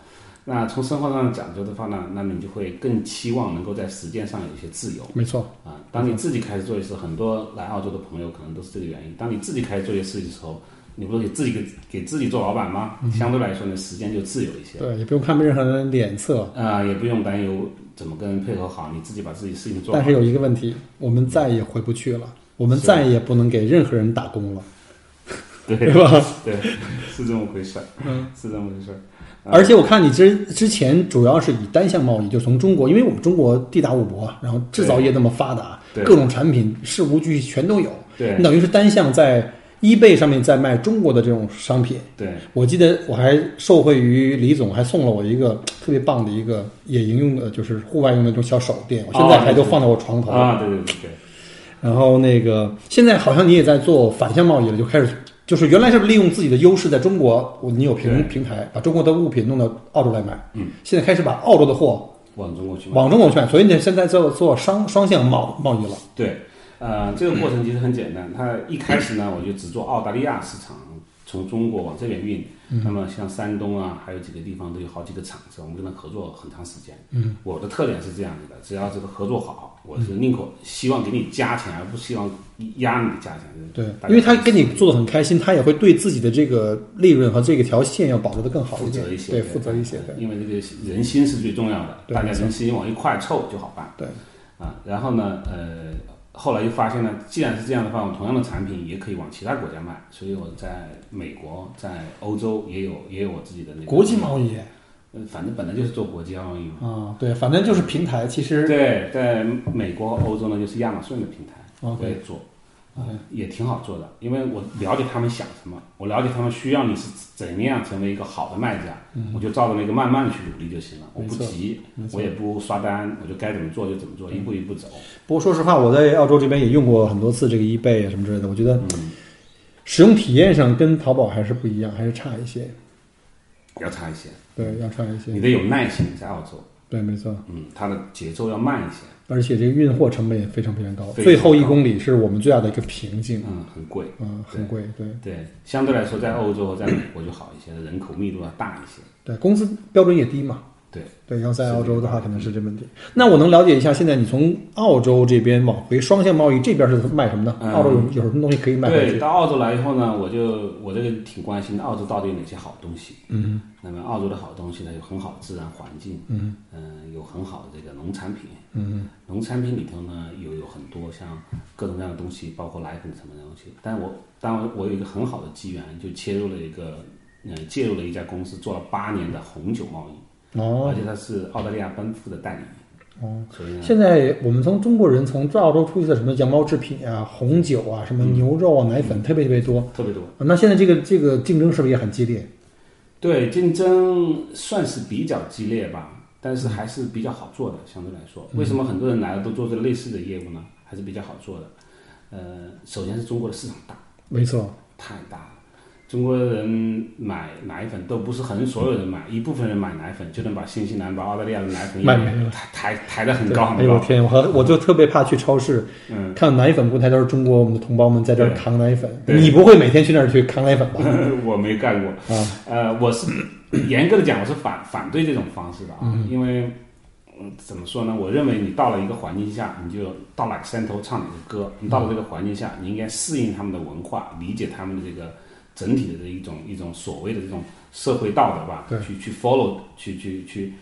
B: 那从生活上讲究的话呢，那么你就会更期望能够在实践上有一些自由
A: 没错，
B: 啊。当你自己开始做一些，很多来澳洲的朋友可能都是这个原因。当你自己开始做一些事情的时候，你不是给自己给给自己做老板吗？
A: 嗯
B: 相对来说呢，时间就自由一些。
A: 对，也不用看任何人脸色。
B: 啊、也不用担忧怎么跟人配合好，你自己把自己事情做好
A: 但。是有一个问题，我们再也回不去了，我们再也不能给任何人打工了。
B: 对啊
A: 对
B: 对，是这么回事儿，是这么回事儿。
A: 嗯
B: 啊
A: 而且我看你之之前主要是以单向贸易，就从中国，因为我们中国地大物博，然后制造业那么发达，
B: 对
A: 各种产品事无巨细全都有，
B: 对
A: 你等于是单向在 eBay 上面在卖中国的这种商品。
B: 对，
A: 我记得我还受惠于李总，还送了我一个特别棒的一个野营用的，就是户外用的那种小手电，我现在
B: 哦
A: 还都放在我床头。
B: 啊，对对对对。
A: 然后那个现在好像你也在做反向贸易了，就开始就是原来是利用自己的优势在中国，我你有
B: 对
A: 平平台把中国的物品弄到澳洲来买，嗯，现在开始把澳洲的货
B: 往中国去。
A: 往中国去买，所以你现在做做商双向贸贸易了，
B: 对，呃，这个过
A: 嗯
B: 程其实很简单。它一开始呢，我就只做澳大利亚市场，从中国往这边运。
A: 嗯
B: 那么像山东啊，还有几个地方都有好几个厂子，我们跟他合作很长时间。嗯，我的特点是这样子的，只要这个合作好，我
A: 嗯
B: 是宁可希望给你加钱，而不希望压你的价钱。
A: 对
B: 大，家
A: 因为他跟你
B: 都是
A: 做的很开心，他也会对自己的这个利润和这个条线要保持的更好
B: 负
A: 一点
B: 责一，些，
A: 对，负责一些，对，
B: 因为这个人心是最重要的，
A: 对
B: 大家人心往一块凑就好办。
A: 对，
B: 啊，然后呢，呃，后来又发现呢，既然是这样的话，我同样的产品也可以往其他国家卖，所以我在美国、在欧洲也有也有我自己的那个
A: 国际贸易
B: 呃，反正本来就是做国际贸易嘛。
A: 啊，对，反正就是平台，其实
B: 对，在美国、欧洲呢，就是亚马逊的平台，我
A: OK
B: 也做，嗯
A: OK
B: 也挺好做的，因为我了解他们想什么，我了解他们需要你是怎样成为一个好的卖家，我就照着那个慢慢去努力就行了，我
A: 嗯没
B: 不
A: 错
B: 急
A: 没，错嗯
B: 我也不刷单，我就该怎么做就怎么做，一步一步走。
A: 不过说实话，我在澳洲这边也用过很多次这个 eBay 啊什么之类的，我觉得
B: 嗯
A: 使用体验上跟淘宝还是不一样，还是差一些。
B: 要差一些，
A: 对，要差一些
B: 你。得有耐心，在澳洲，
A: 对，没错。
B: 嗯，它的节奏要慢一些，
A: 而且这个运货成本也非常非常高，
B: 非常高
A: 最后一公里是我们最大的一个瓶颈，
B: 嗯，很贵，
A: 嗯，很贵。对
B: 对，相对来说，在欧洲和在美国就好一些，人口密度要大一些，
A: 对，工资标准也低嘛。
B: 对，
A: 对，要在澳洲的话，可能是这问题。那我能了解一下，现在你从澳洲这边往回双向贸易这边是卖什么呢？
B: 嗯
A: 澳洲有有什么东西可以卖回
B: 对，
A: 去？
B: 到澳洲来以后呢，我就我这个挺关心澳洲到底有哪些好东西。嗯，那么澳洲的好东西呢，有很好的自然环境，嗯，有很好的这个农产品，嗯，农产品里头呢，有有很多像各种各样的东西，包括奶粉什么的东西。但我但我我有一个很好的机缘，就切入了一个，呃，介入了一家公司，做了八年的红酒贸易，
A: 哦
B: 而且它是澳大利亚奔富的代理，
A: 哦，
B: 所以呢，
A: 现在我们从中国人从澳洲出去的什么羊毛制品啊、红酒啊、什么牛肉啊、奶粉特别特别多。
B: 特别多。
A: 啊那现在这个这个竞争是不是也很激烈？
B: 对，竞争算是比较激烈吧，但是还是比较好做的，相对来说。
A: 嗯
B: 为什么很多人来了都做着类似的业务呢？还是比较好做的。呃，首先是中国的市场大，
A: 没错，
B: 太大了。中国人买奶粉都不是很所有人买，一部分人买奶粉就能把新西兰、把澳大利亚的奶粉
A: 买
B: 也抬抬抬得很高
A: 哎
B: 很
A: 呦我
B: 高。
A: 天，我和我就特别怕去超市，
B: 嗯，
A: 看奶粉柜台都是中国我们的同胞们在这儿
B: 对
A: 扛奶粉，
B: 对
A: 你不会每天去那儿去扛奶粉吧？
B: 我没干过。
A: 啊，
B: 呃，我是严格的讲，我是反反对这种方式的啊，因为、嗯、怎么说呢？我认为你到了一个环境下，你就到哪个山头唱哪个歌，你到了这个环境下，你应该适应他们的文化，理解他们的这个整体的这一种一种所谓的这种社会道德吧
A: 对，
B: 去去 follow，去去去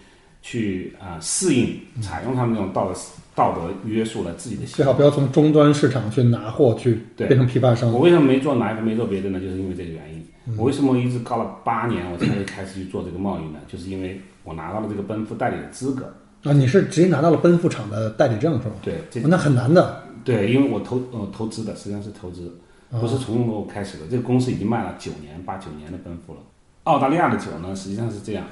B: 去啊、适应，采用他们这种道德道德约束了自己的行
A: 最好不嗯要从终端市场去拿货去
B: 对
A: 变成批发商
B: 我。为什么没做奶粉，没做别的呢？就是因为这个原因。我为什么一直搞了八年，我才会开始去做这个贸易呢？就是因为我拿到了这个奔赴代理的资格。
A: 啊，你是直接拿到了奔赴厂的代理证是吧？
B: 对，这
A: 哦那很难的。
B: 对，因为我投呃投资的，实际上是投资，不是从我开始的。这个公司已经卖了九年、八九年的奔赴了。澳大利亚的酒呢，实际上是这样，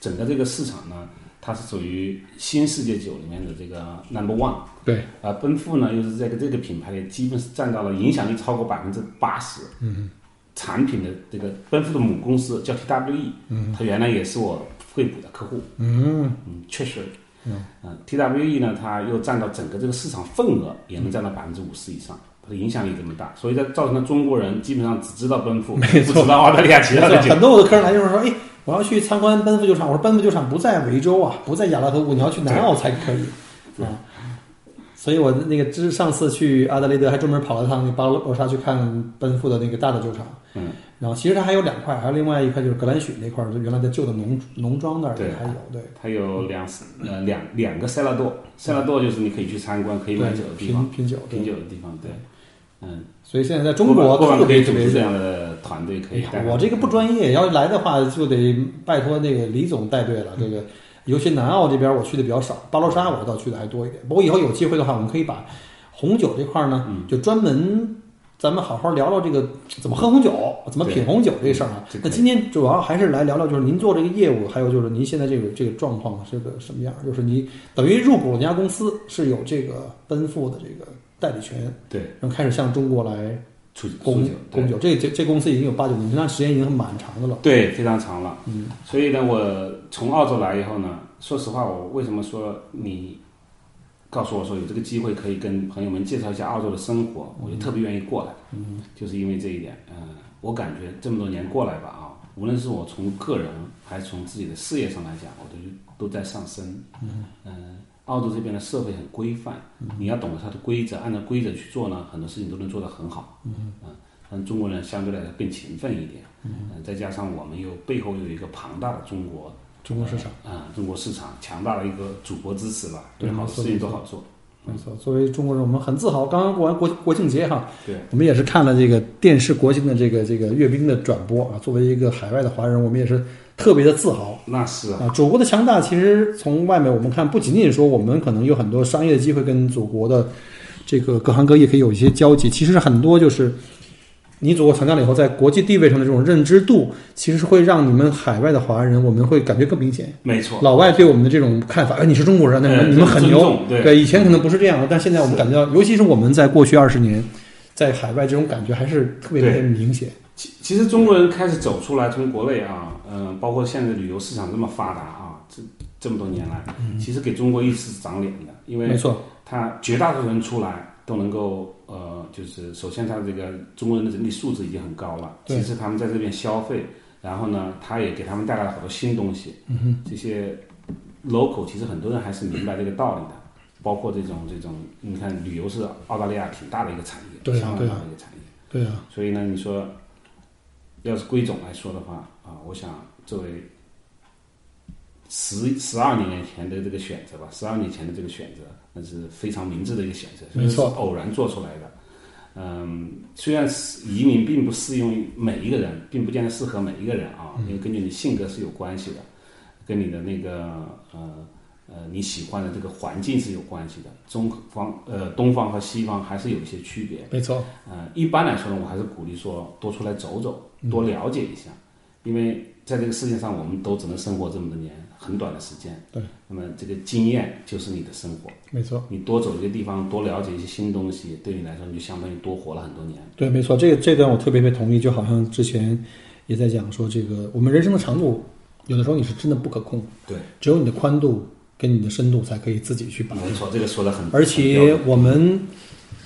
B: 整个这个市场呢，它是属于新世界酒里面的这个 number one。
A: 对，
B: 啊，奔富呢又是这个这个品牌里基本是占到了影响力超过百分之八十。嗯。产品的这个奔富的母公司叫 TWE，嗯，它原来也是我惠普的客户，
A: 嗯，
B: 嗯，确实，嗯、TWE 呢，它又占到整个这个市场份额也能占到百分之五十以上，它的影响力这么大，所以它造成了中国人基本上只知道奔富，不
A: 没错
B: 知道澳大利亚其他的酒。
A: 很多我的客人来就是说，哎，我要去参观奔富酒厂，我说奔富酒厂不在维州啊，不在亚拉头谷，你要去南澳才可以啊。所以我那个之上次去阿德雷德还专门跑了趟那巴罗沙去看奔富的那个大的酒厂，
B: 嗯，
A: 然后其实它还有两块，还有另外一块就是格兰许那块，就原来在旧的农农庄那儿
B: 对
A: 还有对。
B: 它有两呃两两个塞拉垛，塞拉垛就是你可以去参观、可以买酒的地方，
A: 品品酒对
B: 品。酒的地方，对，嗯，
A: 所以现在在中国
B: 过往
A: 特
B: 可以
A: 别
B: 组
A: 特别
B: 织这
A: 热。
B: 样的团队，可
A: 哎
B: 以
A: 呀
B: 带，
A: 我这个不专业，要是来的话就得拜托那个李总带队
B: 嗯
A: 了。这个，尤其南澳这边我去的比较少，巴罗沙我倒去的还多一点。不过以后有机会的话，我们可以把红酒这块儿
B: 嗯
A: 呢，就专门咱们好好聊聊这个怎么喝红酒、怎么品红酒这事儿啊
B: 这。可以
A: 那今天主要还是来聊聊，就是您做这个业务，还有就是您现在这个这个状况是个什么样儿？就是你等于入股了一家公司，是有这个奔赴的这个代理权，
B: 对
A: 然后开始向中国来。
B: 出出
A: 供
B: 酒，对
A: 供酒，这这这公司已经有八九年，那时间已经蛮长的了。
B: 对，非常长了。嗯，所以呢，我从澳洲来以后呢，说实话，我为什么说你告诉我说有这个机会可以跟朋友们介绍一下澳洲的生活，我就特别愿意过来。嗯，就是因为这一点，嗯、我感觉这么多年过来吧，啊，无论是我从个人还是从自己的事业上来讲，我都都在上升。嗯、澳洲这边的社会很规范，你要懂得它的规则，按照规则去做呢，很多事情都能做得很好。嗯、但中国人相对来讲更勤奋一点。嗯，再加上我们又背后有一个庞大的中国
A: 中国市场，
B: 啊、中国市场强大的一个祖国支持吧，
A: 对
B: 对好
A: 没错
B: 事情都好做。
A: 没错。作为中国人，我们很自豪。刚刚过完国国庆节哈，
B: 对，
A: 我们也是看了这个电视国庆的这个这个阅兵的转播啊。作为一个海外的华人，我们也是特别的自豪
B: 那是啊，
A: 啊。祖国的强大，其实从外面我们看，不仅仅说我们可能有很多商业的机会跟祖国的这个各行各业可以有一些交集，其实很多就是。你祖国强大了以后，在国际地位上的这种认知度，其实是会让你们海外的华人，我们会感觉更明显。
B: 没错，
A: 老外对我们的这种看法，哎，你是中国人，那你
B: 哎
A: 们你们很
B: 尊
A: 牛
B: 重。对
A: 以前可能不是这样的，但现在我们感觉到，尤其是我们在过去二十年，在海外这种感觉还是特别特别明显。
B: 其其实中国人开始走出来，从国内啊，嗯、包括现在旅游市场这么发达啊，这这么多年来，其实给中国一直是长脸的，因为
A: 嗯没错，
B: 他绝大多数人出来都能够，呃，就是首先他这个中国人的整体素质已经很高了，
A: 对
B: 其次他们在这边消费，然后呢，他也给他们带来了好多新东西。嗯、这些 local 其实很多人还是明白这个道理的，包括这种这种，你看旅游是澳大利亚挺大的一个产业，
A: 对啊
B: 相当
A: 对啊
B: 大的一个产业。
A: 对啊，
B: 所以呢，你说要是归总来说的话啊，我想作为十十二年前的这个选择吧，十二年前的这个选择，那是非常明智的一个选择，
A: 没错
B: 是偶然做出来的。嗯，虽然是移民并不适用于每一个人，并不见得适合每一个人啊，
A: 嗯
B: 因为根据你性格是有关系的，跟你的那个呃呃你喜欢的这个环境是有关系的。中方呃东方和西方还是有一些区别。
A: 没错，
B: 呃，一般来说呢，我还是鼓励说多出来走走，多
A: 嗯
B: 了解一下，因为在这个世界上，我们都只能生活这么多年，很短的时间。
A: 对。
B: 那么这个经验就是你的生活，
A: 没错，
B: 你多走一个地方，多了解一些新东西，对你来说，你就相当于多活了很多年。
A: 对，没错。这个这段我特别特别同意，就好像之前也在讲说，这个我们人生的长度，有的时候你是真的不可控，
B: 对，
A: 只有你的宽度跟你的深度才可以自己去把握。
B: 没错，这个说的很。
A: 而
B: 很标准
A: 且我们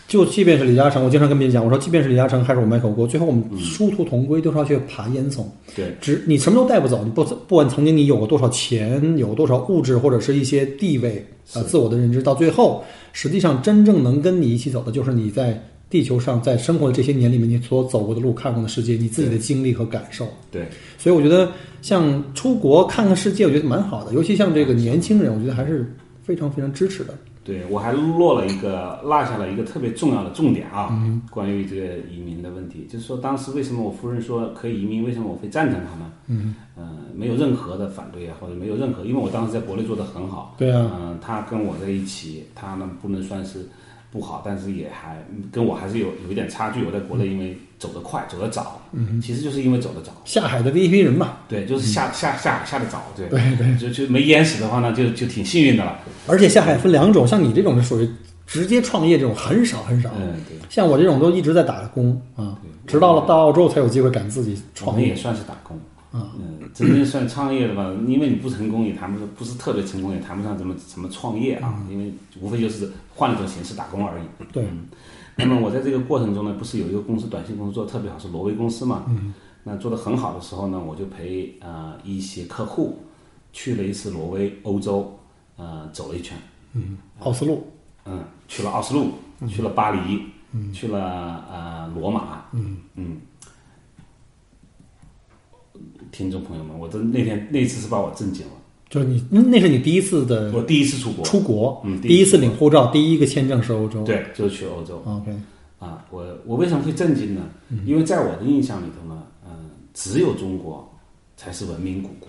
A: 就即便是李嘉诚，我经常跟别人讲，我说即便是李嘉诚还是我麦克郭，最后我们殊途同归，都是要去爬烟囱。
B: 嗯对
A: 只你什么都带不走，你不不管曾经你有过多少钱，有多少物质或者是一些地位啊，自我的认知，到最后，实际上真正能跟你一起走的，就是你在地球上在生活的这些年里面，你所走过的路、看过的世界，你自己的经历和感受。
B: 对，
A: 所以我觉得像出国看看世界，我觉得蛮好的，尤其像这个年轻人，我觉得还是非常非常支持的。
B: 对我还落了一个落下了一个特别重要的重点啊，关于这个移民的问题，就是说当时为什么我夫人说可以移民，为什么我会赞成她呢？嗯、没有任何的反对啊，或者没有任何，因为我当时在国内做的很好，
A: 对啊，
B: 嗯、他跟我在一起，他呢不能算是不好，但是也还跟我还是有有一点差距。我在国内因为走得快，走得早，嗯，其实就是因为走得早，啊
A: 下海的第一批人嘛，
B: 对，就是下下下下得早，对，对对，就就没淹死的话呢，就就挺幸运的了。
A: 而且下海分两种，像你这种是属于直接创业这种很少很少，
B: 嗯，对，
A: 像我这种都一直在打工啊，直到了到澳洲才有机会敢自己
B: 我
A: 创
B: 们
A: 业。
B: 也算是打工。嗯，真正算创业的吧，因为你不成功，也谈不上，不是特别成功，也谈不上怎么怎么创业啊，因为无非就是换了种形式打工而已。嗯
A: 对，
B: 那么我在这个过程中呢，不是有一个公司短信公司做的特别好，是挪威公司嘛？嗯。那做的很好的时候呢，我就陪呃一些客户去了一次挪威、欧洲，呃，走了一圈。
A: 嗯，奥斯陆，
B: 嗯，去了奥斯陆，去了巴黎，去了呃罗马，嗯听众朋友们，我真那天那次是把我震惊了，
A: 就是你那那是你第一次的
B: 我第一次出国，
A: 出国，
B: 嗯
A: 第一次领护照，第一个签证是欧洲。
B: 对，就是去欧洲
A: ，OK，
B: 啊。我我为什么会震惊呢？
A: 嗯
B: 因为在我的印象里头呢，嗯、只有中国才是文明古国，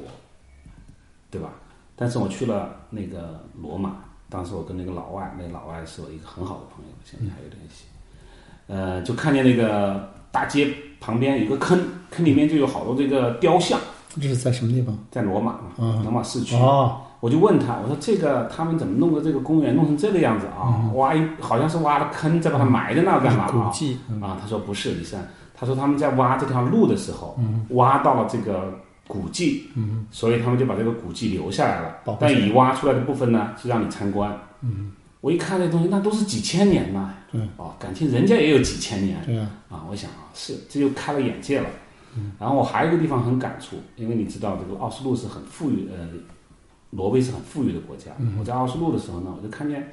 B: 对吧？但是我去了那个罗马，当时我跟那个老外，那个老外是我一个很好的朋友，现在还有联系。呃，就看见那个大街旁边有个坑，坑里面就有好多这个雕像，
A: 这是在什么地方？
B: 在罗马嘛，
A: 嗯
B: 罗马市区。
A: 哦，
B: 我就问他，我说这个他们怎么弄的这个公园弄成这个样子啊？挖一好像是挖了坑，再把它埋在那儿干嘛
A: 古
B: 啊？
A: 迹，嗯嗯
B: 啊，他说不是，李善，他说他们在挖这条路的时候，
A: 嗯
B: 挖到了这个古迹，所以他们就把这个古迹留下来
A: 保
B: 了
A: 护。嗯
B: 但已挖出来的部分呢，是让你参观。我一看这东西，那都是几千年呐，
A: 对
B: 哦，感情人家也有几千年
A: 对啊，
B: 啊！我想啊，是这就开了眼界了。
A: 嗯
B: 然后我还有一个地方很感触，因为你知道这个奥斯陆是很富裕，呃，挪威是很富裕的国家。
A: 嗯
B: 我在奥斯陆的时候呢，我就看见，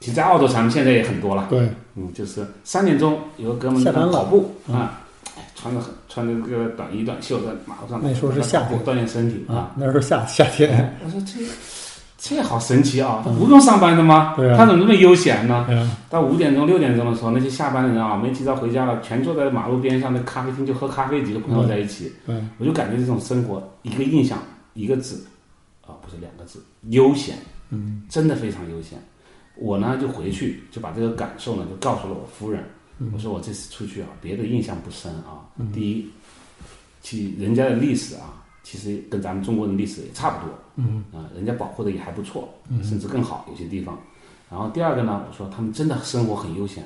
B: 其实在澳洲咱们现在也很多了。
A: 对，
B: 嗯，就是三点钟有个哥们
A: 下
B: 在
A: 班了嗯
B: 那跑步啊，哎穿着很穿着这个短衣短袖在马路上，
A: 那时候是夏天
B: 跑步锻炼身体啊。
A: 啊，那是夏夏天，
B: 我说这这好神奇啊，他不用上班的吗？
A: 嗯对啊
B: 他怎么这么悠 闲呢？
A: 对啊，
B: 到五点钟六点钟的时候，那些下班的人啊，没急着回家了，全坐在马路边上的咖啡厅就喝咖啡，几个朋友在一起，
A: 对，
B: 我就感觉这种生活一个印象一个字啊，不是两个字，悠闲，
A: 嗯，
B: 真的非常悠闲。我呢就回去就把这个感受呢就告诉了我夫人，我说我这次出去啊，别的印象不深啊。第一，其人家的历史啊，其实跟咱们中国的历史也差不多，
A: 嗯，
B: 啊，人家保护的也还不错，甚至更好，有些地方。然后第二个呢，我说他们真的生活很悠闲。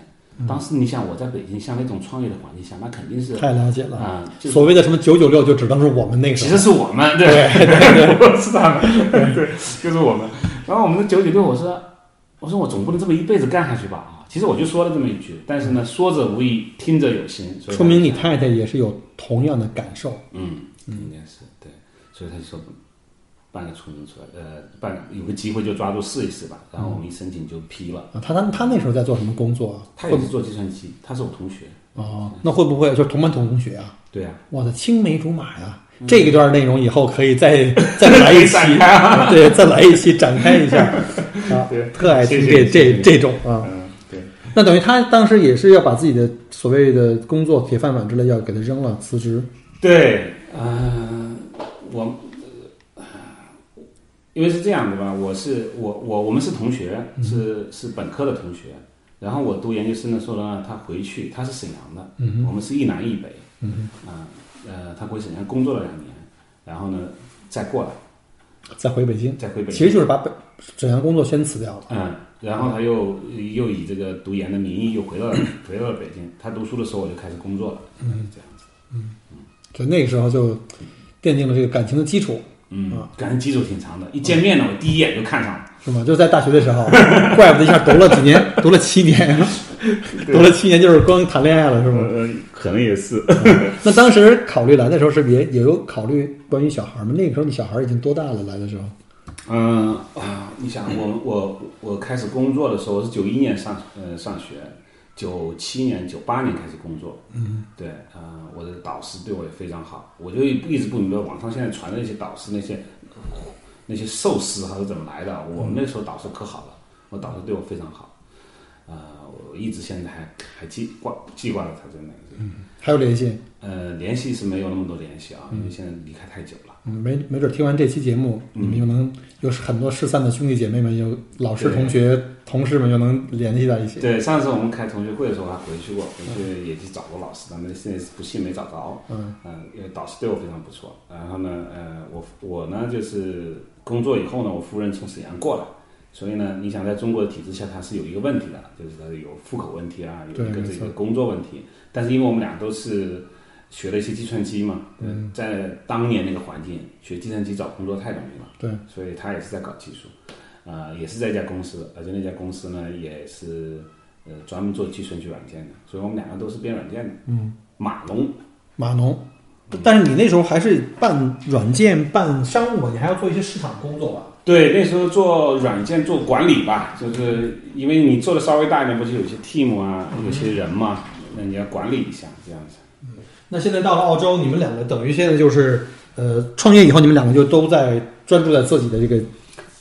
B: 当时你想我在北京，像那种创业的环境下，那肯定是
A: 太了解了。
B: 啊、就
A: 所谓的什么九九六，就只当是我们那个
B: 其
A: 时候
B: 实是我们，对，对不 是他们，对，就是我们。然后我们的九九六，我说，我说我总不能这么一辈子干下去吧啊！其实我就说了这么一句，但是呢，说者无意，听者有心，所以
A: 说明你太太也是有同样的感受。
B: 嗯，应该是对，所以他就说办个出名出来，呃，办有个机会就抓住试一试吧。然后我们一申请就批了，
A: 啊，他他他那时候在做什么工作啊？
B: 他也是做计算机，他是我同学，
A: 哦，那会不会就是同班同学啊？
B: 对啊，
A: 我的青梅竹马呀、
B: 嗯
A: 这一段内容以后可以再 再来 一期
B: 展 开，
A: 对，再来一期展开一下。啊
B: 对，
A: 特爱听
B: 谢
A: 这
B: 谢谢
A: 这
B: 谢
A: 这种啊。
B: 嗯，对，
A: 那等于他当时也是要把自己的所谓的工作铁饭碗之类要给他扔了，辞职。
B: 对，嗯、我、呃因为是这样的吧，我是我我我们是同学，是是本科的同学，然后我读研究生的时候呢，他回去，他是沈阳的，我们是一南一北，
A: 嗯
B: 啊、呃，他回沈阳工作了两年，然后呢再过来，
A: 哼，再回北京，
B: 再回北
A: 嗯其实就是把北沈阳工作先辞掉了。
B: 嗯，然后他又又以这个读研的名义又回到 了回到了北京，他读书的时候我就开始工作了，嗯，这样子，
A: 就那个时候就奠定了这个感情的基础，啊
B: 嗯，感觉基础挺长的，一见面呢，我第一眼就看上了。
A: 是吗？就在大学的时候，怪不得一下读了几年，读了七年，读了七年就是光谈恋爱了，是吗？
B: 呃，可能也是。
A: 那当时考虑来的时候，是不是也也有考虑关于小孩吗？那个时候你小孩已经多大了？来的时候，
B: 嗯啊，你想我我我开始工作的时候，我是九一年上呃上学，九七年九八年开始工作。嗯，对，呃，我的导师对我也非常好，我就一直不明白网上现在传的那些导师那些那些寿司还是怎么来的，我们那时候导师可好了，我导师对我非常好。啊、啊、我一直现在还还记挂记挂着他在那里。
A: 还有联系，
B: 呃，联系是没有那么多联系啊，因为现在离开太久了。
A: 嗯，没没准听完这期节目，你们就能有很多失散的兄弟姐妹们，有老师、
B: 对
A: 同学、同事们，就能联系在一起。
B: 对，上次我们开同学会的时候还回去过，回去也去找过老师，但那现在不幸没找着。
A: 嗯
B: 嗯，因为导师对我非常不错。然后呢，呃，我我呢就是工作以后呢，我夫人从沈阳过来，所以呢，你想在中国的体制下，她是有一个问题的，就是她有户口问题啊，有
A: 对
B: 一个
A: 没
B: 这
A: 错
B: 个工作问题。但是因为我们俩都是学了一些计算机嘛，嗯，在当年那个环境学计算机找工作太容易了。
A: 对，
B: 所以他也是在搞技术，呃，也是在一家公司，而且那家公司呢也是呃专门做计算机软件的，所以我们两个都是编软件的。嗯，码农，
A: 码农，但是你那时候还是办软件、办商务嘛，你还要做一些市场工作吧？
B: 对，那时候做软件做管理吧，就是因为你做的稍微大一点，不是有些 team 啊，有些人嘛，那你要管理一下这样子。
A: 那现在到了澳洲，你们两个等于现在就是呃，创业以后，你们两个就都在专注在自己的这个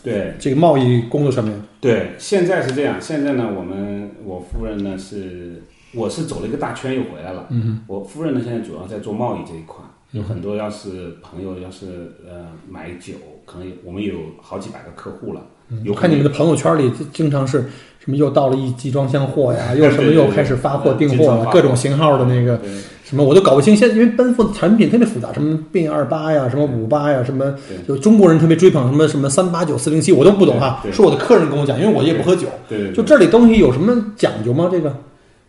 B: 对
A: 这个贸易工作上面。
B: 对，现在是这样，现在呢，我们我夫人呢是。我是走了一个大圈又回来了。嗯，我夫人呢现在主要在做贸易这一块，有很多要是朋友要是呃买酒，可能有我们有好几百个客户了。有
A: 我看你们的朋友圈里就经常是什么又到了一集装箱货呀，又什么
B: 对对
A: 又开始发货
B: 对
A: 订
B: 对
A: 货
B: 经常
A: 了，
B: 发货
A: 各种型号的那个
B: 对
A: 什么我都搞不清。现在因为奔赴产品特别复杂，什么变二八呀，什么五八呀，什么
B: 对
A: 就中国人特别追捧什么什么三八九四零七，我都不懂哈
B: 对。对
A: 是我的客人跟我讲，因为我也不喝酒。
B: 对对
A: 就
B: 对，
A: 这里东西有什么讲究吗？这个嗯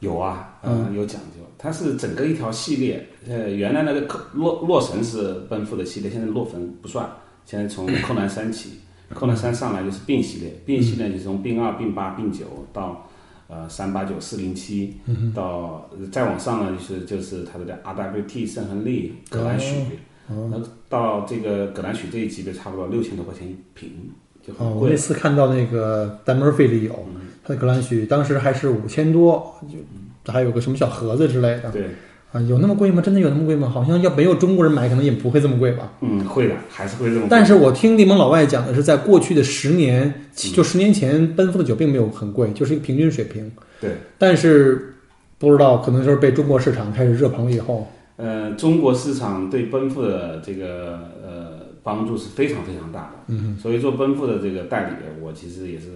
B: 有啊，嗯、有讲究。它是整个一条系列，呃，原来那个克洛洛神是奔赴的系列，现在洛神不算，现在从扣南山起，扣南山上来就是并系列，并系列就是从并二、并八、并九到呃三八九四零七，到呃再往上呢就是就是它的叫 RWT 圣亨利葛兰许，
A: 哦
B: 那、到这个葛兰许这一级别差不多六千多块钱一瓶，就
A: 啊，
B: 很
A: 我
B: 贵。嗯
A: 那次看到那个在 Murphy 里有他的格兰许，当时还是五千多，就还有个什么小盒子之类的。
B: 对，
A: 啊，有那么贵吗？真的有那么贵吗？好像要没有中国人买，可能也不会这么贵吧。
B: 嗯，会的，还是会这么贵。嗯
A: 但是我听柠檬老外讲的是，在过去的十年，其就十年前，奔赴的酒并没有很贵，就是一个平均水平。
B: 对。
A: 但是不知道，可能就是被中国市场开始热捧了以后，
B: 呃，中国市场对奔赴的这个呃帮助是非常非常大的。嗯，所以做奔赴的这个代理，我其实也是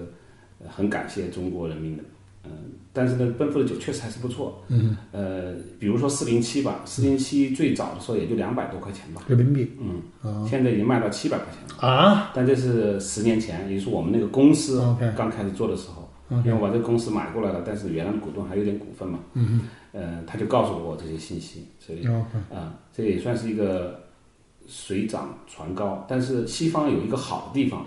B: 呃很感谢中国人民的。嗯、但是呢，奔赴的酒确实还是不错。嗯，呃，比如说四零七吧，四零七最早的时候也就两百多块钱吧，
A: 人民币
B: 嗯，
A: 啊
B: 现在已经卖到七百块钱了。
A: 啊
B: 但这是十年前，也就是啊我们那个公司
A: OK
B: 刚开始做的时候
A: OK
B: 因为我把这个公司买过来了，但是原来的股东还有点股份嘛。嗯呃，他就告诉我这些信息，所以
A: ，OK，
B: 啊、这也算是一个水涨船高。但是西方有一个好地方，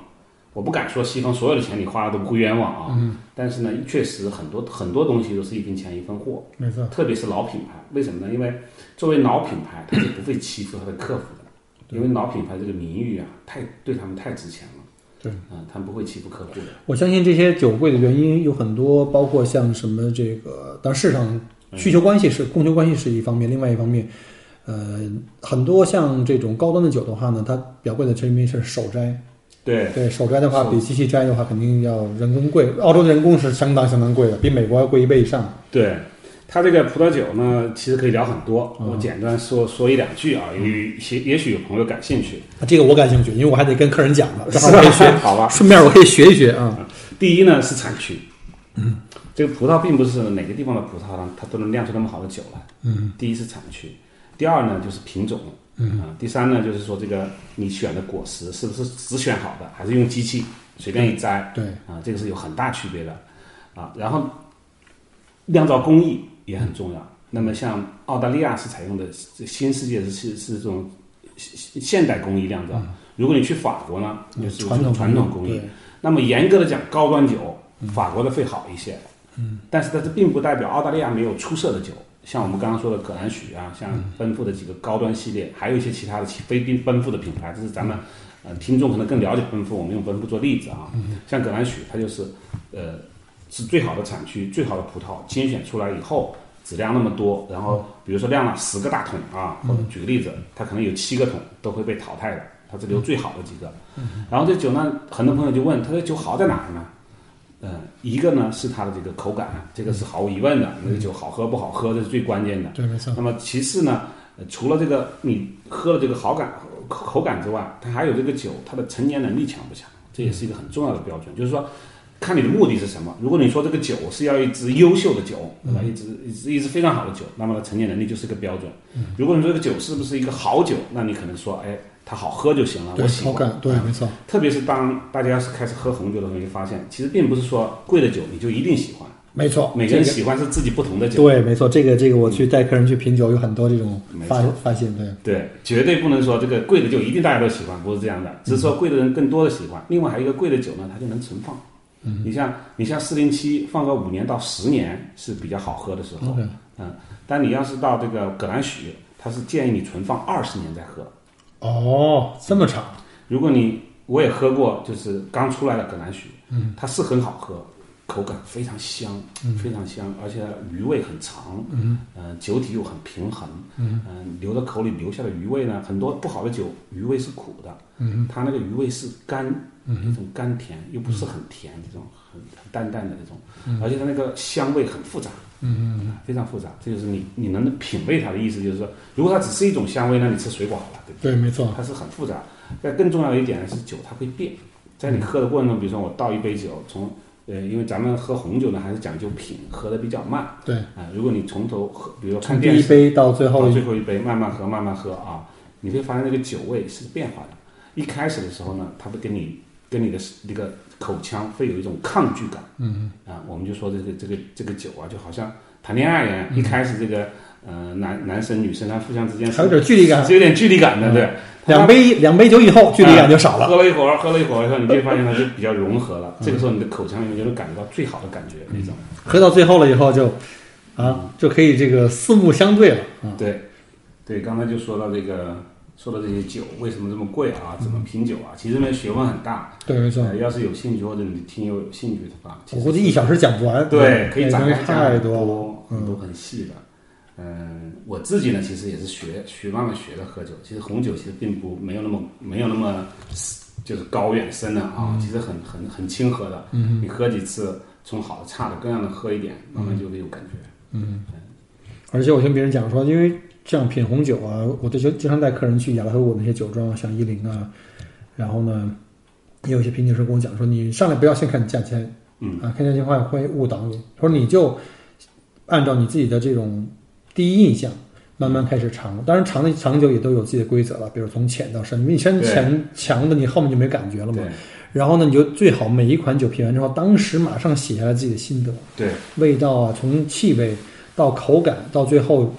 B: 我不敢说西方所有的钱你花了都不会冤枉啊。嗯、但是呢，确实很多很多东西都是一分钱一分货，
A: 没错，
B: 特别是啊老品牌。为什么呢？因为作为老品牌，它是不会欺负它的客户的，因为老品牌这个名誉啊，太对他们太值钱了。
A: 对，
B: 啊、他们不会欺负客户的。
A: 我相信这些酒贵的原因有很多，包括像什么这个，当然市
B: 嗯
A: 场需求关系是供求关系是一方面，另外一方面，呃，很多像这种高端的酒的话呢，它比较贵的是因为是手摘，
B: 对，
A: 对手摘的话比机器摘的话肯定要人工贵，澳洲的人工是相当相当贵的，比美国要贵一倍以上。
B: 对，它这个葡萄酒呢，其实可以聊很多，我简单说说一两句啊，由于也也许有朋友感兴趣。
A: 啊这个我感兴趣，因为我还得跟客人 讲呢，正好
B: 是吧
A: 可以学，
B: 好吧嗯
A: 顺便我可以学一学啊。
B: 第一呢是产区，嗯，这个葡萄并不是哪个地方的葡萄呢，它都能酿出那么好的酒来，嗯，第一是产区，第二呢就是品种，嗯啊，第三呢就是说这个你选的果实是不是只选好的，还是用机器随便一摘，
A: 对，
B: 啊，这个是有很大区别的啊。然后酿造工艺也很重要。那么像澳大利亚是采用的这新世界是是是这种现现代工艺酿造。如果你去法国呢，
A: 嗯
B: 就是
A: 传统
B: 传统
A: 工
B: 工
A: 艺
B: 艺
A: 对。嗯
B: 那么严格的讲，高端酒法国的会好一些，嗯，但是它这并不代表澳大利亚没有出色的酒。像我们刚刚说的葛兰许
A: 嗯
B: 啊，像奔赴的几个高端系列，还有一些其他的其非奔奔赴的品牌，这是咱们呃听众可能更了解奔赴，我们用奔赴做例子啊。
A: 嗯
B: 像葛兰许，它就是呃是最好的产区、最好的葡萄精选出来以后，质量那么多，然后比如说酿了十个大桶啊，或者举个例子，它可能有七个桶都会被淘汰的，它只留最好的几个。然后这酒呢，很多朋友就问，他这酒好在哪儿呢？呃，一个呢是它的这个口感，这个是毫无疑问的，那个酒好喝不好喝这是最关键的。
A: 对，没错，
B: 那么其次呢，呃除了这个你喝了这个好感口口感之外，它还有这个酒它的陈年能力强不强，这也是一个很重要的标准。就是说，看你的目的是什么。如果你说这个酒是要一支优秀的酒，对
A: 嗯
B: 吧？一支一支一支非常好的酒，那么它陈年能力就是个标准。
A: 嗯
B: 如果你说这个酒是不是一个好酒，那你可能说，哎，它好喝就行了，
A: 对
B: 我喜
A: 口
B: 欢。嗯
A: 感，对，没错，
B: 特别是当大家开始喝红酒的时候，你会发现，其实并不是说贵的酒你就一定喜欢，
A: 没错，
B: 每个
A: 这
B: 人
A: 个
B: 喜欢是自己不同的酒。嗯
A: 对，没错，这个这个我去带客人去品酒，有很多这种
B: 没
A: 发发现，对，
B: 对，绝对不能说这个贵的酒一定大家都喜欢，不是这样的，只是说贵的人更多的喜欢。另外还有一个贵的酒呢，它就能存放。你像你像四零七放个五年到十年是比较好喝的时候，
A: OK
B: 嗯，但你要是到这个葛兰许，它是建议你存放二十年再喝。
A: 哦，这么长，
B: 如果你我也喝过，就是刚出来的葛兰许，嗯，它是很好喝，口感非常香，非常香，而且余味很长，嗯，呃，酒体又很平衡，嗯、留到口里留下的余味呢，很多不好的酒余味是苦的，嗯，它那个余味是甘，嗯，一种甘甜，又不是很甜，这种很很淡淡的这种，
A: 嗯
B: 而且它那个香味很复杂。嗯嗯，非常复杂，这就是你你能品味它的意思，就是说，如果它只是一种香味，那你吃水果好了，对吧？
A: 对，没错，
B: 它是很复杂。但更重要的一点呢是酒它会变，在你喝的过程中，比如说我倒一杯酒，从呃，因为咱们喝红酒呢还是讲究品，喝的比较慢啊、
A: 对，
B: 如果你从头喝，比如说看
A: 从第
B: 电
A: 一
B: 视
A: 杯到最后
B: 到
A: 一
B: 最后一杯，慢慢喝，慢慢喝啊，你会发现那个酒味是变化的。一开始的时候呢，它会跟你跟你的那个口腔会有一种抗拒感，嗯啊，我们就说这个这个这个酒啊，就好像谈恋爱一样，
A: 嗯
B: 一开始这个呃男男生女生他互相之间
A: 还
B: 是
A: 有点距离感，
B: 是有点距离感的，对，
A: 两杯两杯酒以后距离感就嗯少了，
B: 喝了一会儿，喝了一会儿以后，你就会发现它就比较融合了。这个时候，你的口腔里面就能感觉到最好的感觉
A: 嗯
B: 那种。
A: 喝到最后了以后就
B: 嗯
A: 啊就可以这个四目相对了，啊，
B: 对，对，刚才就说到这个，说到这些酒为什么这么贵啊，怎么品酒啊，其实呢学问很大。
A: 对，嗯没错，
B: 呃，要是有兴趣或者你听友有兴趣的话，其
A: 我
B: 实
A: 估计一小时讲不完，
B: 对，可以
A: 那
B: 展
A: 东西
B: 开讲
A: 太
B: 很
A: 多了，
B: 多很多很细的。嗯，我自己呢，其实也是学学慢慢学的喝酒。其实红酒其实并不没有那么没有那么就是高远深的啊，
A: 嗯
B: 其实很很很亲和的。嗯，你喝几次，从好的差的各样的喝一点，慢慢就会有感觉。
A: 而且我听别人讲说，因为像品红酒啊，我都经经常带客人去雅莱和我那些酒庄，像一零啊，然后呢，也有一些品酒师跟我讲说，你上来不要先看价钱，
B: 嗯
A: 啊，看价钱的话会误导你，他说你就按照你自己的这种第一印象。慢
B: 嗯
A: 慢开始尝，当然尝的长久也都有自己的规则了，比如从浅到深，因为你先
B: 对
A: 前强的，你后面就没感觉了嘛
B: 对。
A: 然后呢，你就最好每一款酒品完之后，当时马上写下来自己的心得。
B: 对
A: 味道啊，从气味到口感，到最后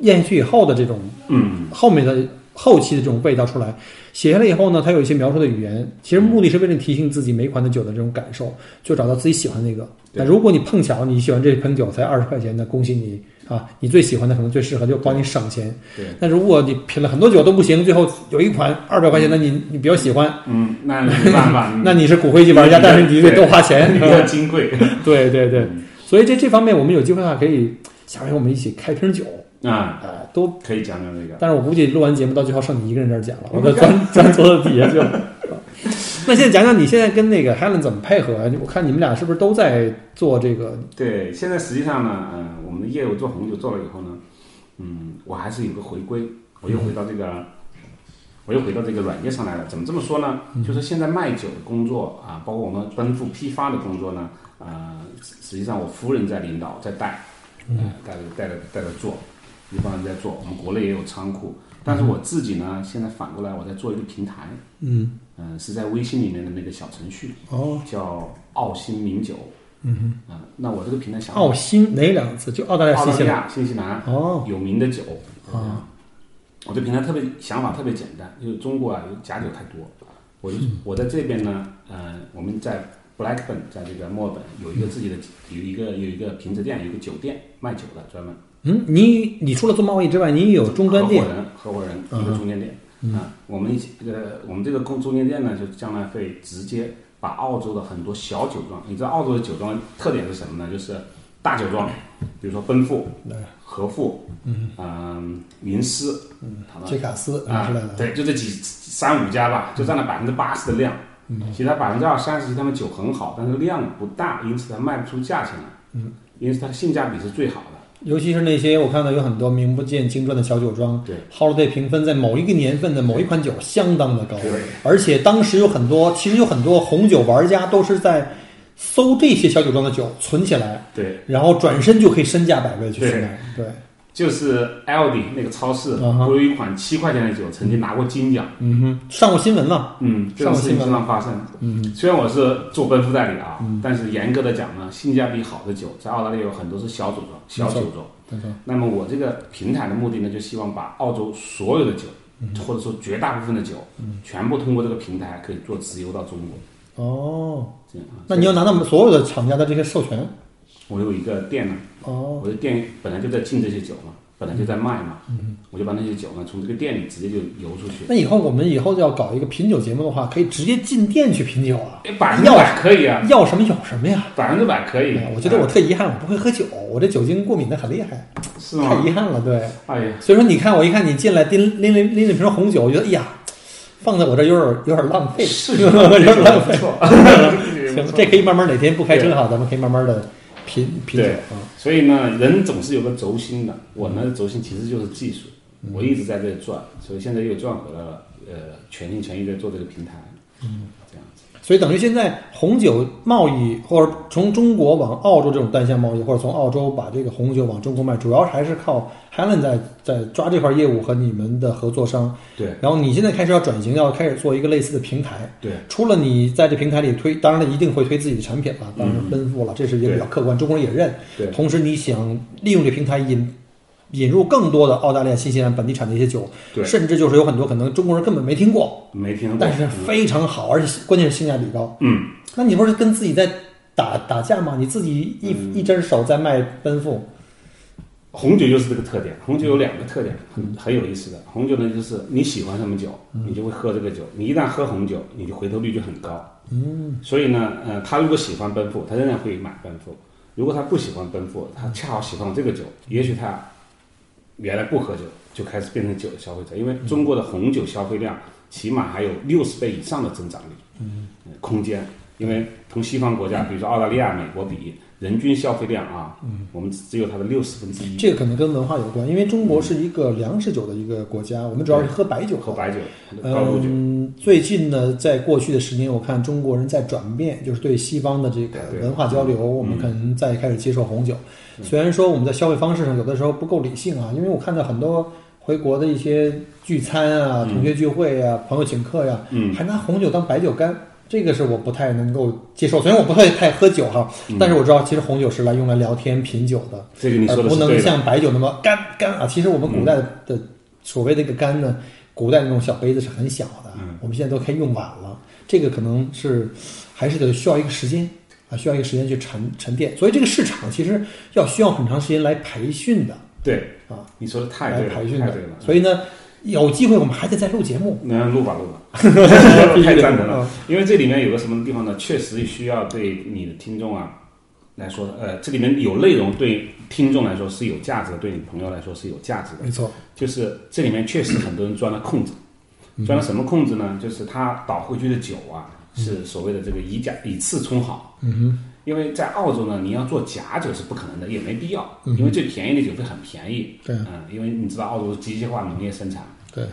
A: 咽下去以后的这种
B: 嗯，
A: 后面的后期的这种味道出来，写下来以后呢，它有一些描述的语言，其实目的是为了提醒自己每款的酒的这种感受，就找到自己喜欢那个。
B: 对
A: 那如果你碰巧你喜欢这盆酒才二十块钱，那恭喜你啊，你最喜欢的可能最适合，就帮你省钱。
B: 对。
A: 那如果你品了很多酒都不行，最后有一款二百块钱的你你比较喜欢，，
B: 嗯，那没办法
A: 那你是骨灰级玩家，但是你得多花钱，
B: 你
A: 是
B: 比
A: 吧
B: 较金贵
A: 对对对，所以这这方面我们有机会的话，可以下回我们一起开瓶酒
B: 啊，
A: 啊、都。
B: 可以讲讲这个。
A: 但是我估计录完节目到最后剩你一个人这儿讲了，我在专专坐到底下去 了。那现在讲讲你现在跟那个 Helen 怎么配合啊？我看你们俩是不是都在做这个？
B: 对，现在实际上呢，嗯、我们的业务做红酒做了以后呢，嗯，我还是有个回归，我又回到这个，我又回到这个软件上来了。怎么这么说呢？就是现在卖酒的工作啊，包括我们奔赴批发的工作呢，啊，实实际上我夫人在领导在带，呃、带着带着带着做，一帮人在做。我们国内也有仓库，但是我自己呢，现在反过来我在做一个平台，
A: 嗯，
B: 嗯、是在微信里面的那个小程序，
A: 哦，
B: 叫澳新名酒。嗯哼，啊、那我这个平台想
A: 澳新哪两个字？就澳哦大利亚、新
B: 澳大
A: 西
B: 利
A: 兰。
B: 亚、新西兰
A: 哦，
B: 有名的酒
A: 啊。
B: 我这平台特别想法特别简单，就是中国啊有假酒太多，我就我在这边呢，呃，我们在 Blackburn，在这个墨尔本有一个自己的有一个有一个瓶子店，有一个酒店卖酒的专门。
A: 嗯，你你除了做贸易之外，你也有中间店
B: 合伙人，合伙人
A: 嗯
B: 一个中间店啊。我们一起这个我们这个公中间店呢，就将来会直接把澳洲的很多小酒庄，你知道澳洲的酒庄特点是什么呢？就是大酒庄，比如说奔富、和富、嗯、云狮，好吧
A: 杰卡斯
B: 啊
A: 之类的。，
B: 对，就这几三五家吧，就占了百分之八十的量。
A: 嗯
B: 其实它百分之二三十，其实他们酒很好，但是量不大，因此它卖不出价钱来。
A: 嗯，
B: 因此它性价比是最好的。
A: 尤其是那些我看到有很多名不见经传的小酒庄
B: 对
A: ，holiday 评分在某一个年份的某一款酒相当的高
B: 对，
A: 而且当时有很多，其实有很多红酒玩家都是在搜这些小酒庄的酒存起来，
B: 对，
A: 然后转身就可以身价百倍去卖。对，
B: 就是 Aldi 那个超市，
A: 嗯哼
B: 我有一款七块钱的酒，曾经拿过金奖。
A: 嗯哼，上过新闻了。
B: 嗯，这种事情经常发生。
A: 嗯，
B: 虽然我是做奔赴代理啊，但是严格的讲呢，性价比好的酒在澳大利亚有很多是小酒庄，小酒庄。
A: 没错，
B: 那么我这个平台的目的呢，就希望把澳洲所有的酒，
A: 嗯
B: 或者说绝大部分的酒，全部通过这个平台可以做直邮到中国。
A: 哦，
B: 这样啊，
A: 那你要拿到所有的厂家的这些授权。
B: 我有一个店呢，
A: 哦，嗯
B: 我的店本来就在进这些酒嘛，本来就在卖嘛，我就把那些酒呢从这个店里直接就邮出去。
A: 那以后我们以后要搞一个品酒节目的话，可以直接进店去品酒啊，
B: 哎，百分之百可以啊，
A: 要什么有什么呀。
B: 百分之百可以
A: 哎。我觉得我特遗憾，我不会喝酒，我这酒精过敏的很厉害，
B: 是
A: 太
B: 吗？
A: 遗憾了。对，
B: 哎呀，
A: 所以说你看，我一看你进来拎拎拎拎了瓶红酒，我觉得哎呀，放在我这有点有点浪费，
B: 是
A: 有点浪
B: 不
A: 费。
B: 错，
A: 行，这可以慢慢哪天不开真好，咱们可以慢慢的品品酒
B: 对
A: 啊。
B: 所以呢，人总是有个轴心的。我呢，轴心其实就是技术，
A: 嗯
B: 我一直在这里转，所以现在又转回来了。呃，全心全意在做这个平台，嗯，这样子。
A: 所以等于现在红酒贸易，或者从中国往澳洲这种单向贸易，或者从澳洲把这个红酒往中国卖，主要还是靠 Helen 在在抓这块业务和你们的合作商。
B: 对
A: 然后你现在开始要转型，要开始做一个类似的平台。
B: 对，
A: 除了你在这平台里推，当然了一定会推自己的产品了，当然是奔赴了，这是一个比较客观，中国人也认。
B: 嗯对
A: 同时你想利用这平台引引入更多的澳大利亚、新西兰本地产的一些酒，
B: 对
A: 甚至就是有很多可能中国人根本没听过，
B: 没听过。
A: 但是非常好，而且关键是性价比高。
B: 嗯，
A: 那你不是跟自己在打打架吗？你自己一、
B: 嗯
A: 一只手在卖奔赴，
B: 红酒就是这个特点。红酒有两个特点，
A: 嗯
B: 很很有意思的。红酒呢，就是你喜欢什么酒，你就会喝这个酒。你一旦喝红酒，你的回头率就很高。嗯，所以呢，呃，他如果喜欢奔赴，他仍然会买奔赴；如果他不喜欢奔赴，他恰好喜欢这个酒，也许他原来不喝酒，就开始变成酒的消费者，因
A: 嗯
B: 为中国的红酒消费量起码还有六十倍以上的增长率，嗯，空间。因为同西方
A: 嗯
B: 国家，比如说澳大利亚、美国比，人均消费量啊，嗯，我们只有它的六十分之一。
A: 这个可能跟文化有关，因为中国是一个粮食酒的一个国家，我们主要是喝白酒。
B: 喝白酒、高度酒，
A: 嗯，最近呢，在过去的十年，我看中国人在转变，就是对西方的这个
B: 哎对嗯
A: 文化交流，我们可能在开始接受红酒。虽然说我们在消费方式上有的时候不够理性啊，因为我看到很多回国的一些聚餐啊、同学聚会啊、朋友请客呀、
B: 嗯
A: 还拿红酒当白酒干，这个是我不太能够接受。虽然我不太太喝酒哈，
B: 嗯
A: 但是我知道其实红酒是来用来聊天品酒的。
B: 这个你
A: 而
B: 说
A: 呃
B: 的
A: 不
B: 是
A: 能
B: 对的。嗯
A: 像白酒那么干干啊。其实我们古代的,、所谓的一个干呢，古代那种小杯子是很小的，
B: 嗯
A: 我们现在都可以用碗了。这个可能是还是得需要一个时间啊，需要一个时间去沉沉淀。所以这个市场其实要需要很长时间来培训的，
B: 对
A: 啊，
B: 你说的太
A: 来
B: 对了，
A: 培训
B: 太
A: 的
B: 对了。。
A: 所以呢，有机会我们还得再录节目。
B: 能录吧录吧，太赞成了
A: 嗯。
B: 因为这里面有个什么地方呢？确实需要对你的听众啊来说，呃，这里面有内容对听众来说是有价值的，对你朋友来说是有价值的。
A: 没错，
B: 就是这里面确实很多人钻了空子，钻了什么空子呢？就是他倒回去的酒啊，是所谓的这个以假以次充好。嗯哼。因为在澳洲呢，你要做假酒是不可能的，也没必要，因为最便宜的酒会很便宜。
A: 对
B: 嗯，因为你知道澳洲是机械化农业生产，
A: 对，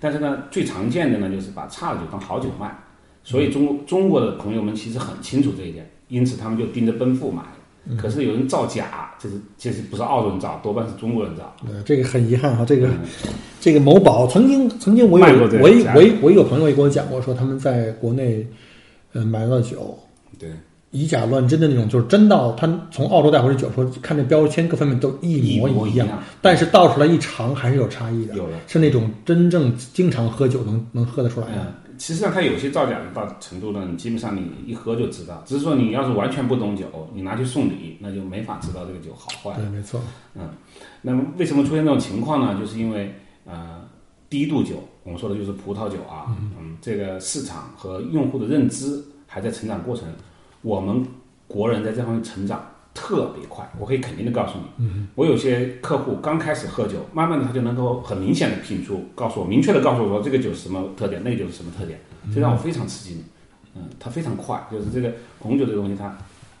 B: 但是呢，最常见的呢就是把差的酒当好酒卖，
A: 嗯
B: 所以中中国的朋友们其实很清楚这一点，因此他们就盯着奔赴买。
A: 嗯
B: 可是有人造假，这是这是不是澳洲人造，多半是中国人造。
A: 呃，这个很遗憾哈，这个这个某宝曾经曾经我有
B: 嗯卖过这个
A: 我一
B: 假
A: 我一我有朋友也跟我讲过，说他们在国内，呃，买了酒，
B: 对，
A: 以假乱真的那种，就是真到他从澳洲带回来酒，说看这标签各方面都一模
B: 一模一
A: 样，
B: 样
A: 但是倒出来一尝还是有差异的，
B: 有的
A: 是那种真正经常喝酒能能喝得出来的。
B: 嗯，其实上它有些造假到程度呢，你基本上你一喝就知道。只是说你要是完全不懂酒，你拿去送礼，那就没法知道这个酒好坏。
A: 对，没错，
B: 那么为什么出现这种情况呢？就是因为呃，低度酒，我们说的就是葡萄酒啊，嗯，这个市场和用户的认知还在成长过程，我们国人在这方面成长特别快，我可以肯定的告诉你，我有些客户刚开始喝酒，慢慢的他就能够很明显的品出，告诉我明确的告诉我说这个酒是什么特点，那个酒是什么特点，这让我非常吃惊。嗯，它非常快，就是这个红酒这个东西它，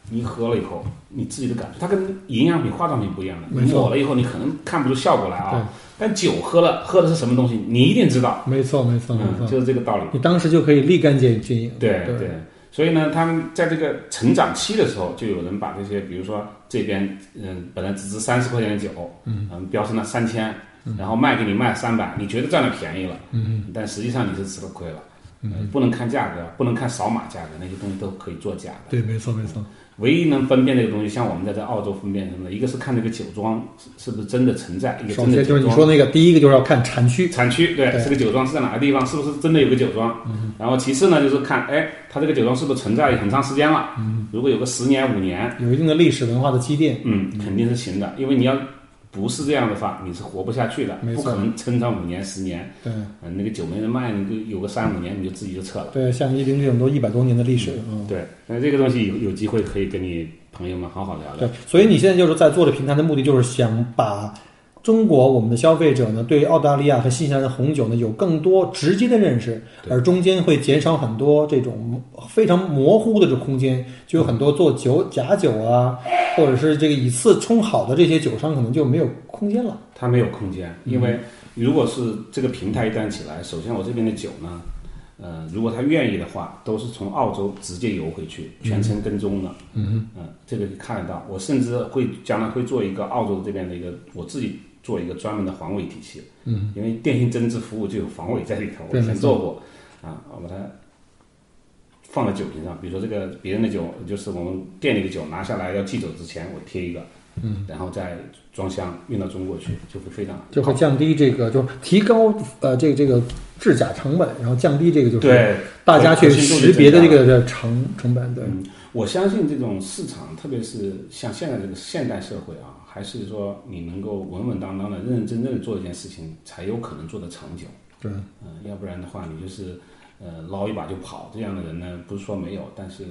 B: 你喝了以后，你自己的感受，它跟营养品、化妆品不一样的，
A: 没
B: 你
A: 错
B: 抹了以后你可能看不出效果来啊，但酒喝了，喝的是什么东西，你一定知道，
A: 没错，没错，没
B: 嗯，
A: 错。
B: 就是这个道理。
A: 你当时就可以立竿见见影。
B: 对
A: 对，
B: 所以呢，他们在这个成长期的时候，就有人把这些，比如说这边，嗯，本来只值三十块钱的酒，嗯，飙升到三千，然后卖给你卖三百，你觉得占了便宜了，嗯，但实际上你是吃了亏了，嗯，不能看价格，不能看扫码价格，那些东西都可以作假的。
A: 对，没错，没错。
B: 唯一能分辨这个东西，像我们在这澳洲分辨什么呢？一个是看这个酒庄是是不是真的存在，一个
A: 首
B: 哎真
A: 先
B: 的
A: 就
B: 酒
A: 是你
B: 庄。
A: 说那个，第一个就是要看产区，
B: 产区，对，
A: 对
B: 这个酒庄是在哪个地方，是不是真的有个酒庄？然后其次呢，就是看，哎，它这个酒庄是不是存在很长时间了？如果有个十年、五年，
A: 有一定的历史文化的积淀。
B: 嗯，肯定是行的，因为你要不是这样的话，你是活不下去的
A: 没，
B: 不
A: 错
B: 可能撑上五年、十年，
A: 对
B: 嗯，那个酒没人卖，你就有个三五年，你就自己就撤了。
A: 对，像一零这种都一百多年的历史，嗯。
B: 对，那这个东西有有机会可以跟你朋友们好好聊聊。
A: 对，所以你现在就是在做的平台的目的，就是想把中国我们的消费者呢，对澳大利亚和新西兰的红酒呢有更多直接的认识，
B: 对
A: 而中间会减少很多这种非常模糊的这空间，就有很多做酒假酒啊，或者是这个以次充好的这些酒商可能就没有空间了。
B: 它没有空间，因为如果是这个平台一旦起来，首先我这边的酒呢，呃，如果他愿意的话，都是从澳洲直接邮回去，全程跟踪的。嗯嗯、这个看得到。我甚至会将来会做一个澳洲这边的一个，我自己做一个专门的防伪体系。嗯，因为电信增值服务就有防伪在里头，我
A: 对
B: 以
A: 没
B: 前
A: 错
B: 做过啊，我把它。放在酒瓶上，比如说这个别人的酒，就是我们店里的酒拿下来要寄走之前，我贴一个，嗯，然后再装箱运到中国去，就会非常
A: 就会降低这个，就是提高呃这个这个制假成本，然后降低这个就是
B: 对
A: 大家去
B: 可信度的
A: 识别的这
B: 增加
A: 个的成成本，对，
B: 嗯，我相信这种市场，特别是像现在这个现代社会啊，还是说你能够稳稳当当的、认认真真的做一件事情，才有可能做得长久。
A: 对。
B: 嗯、要不然的话，你就是呃捞一把就跑，这样的人呢，不是说没有，但是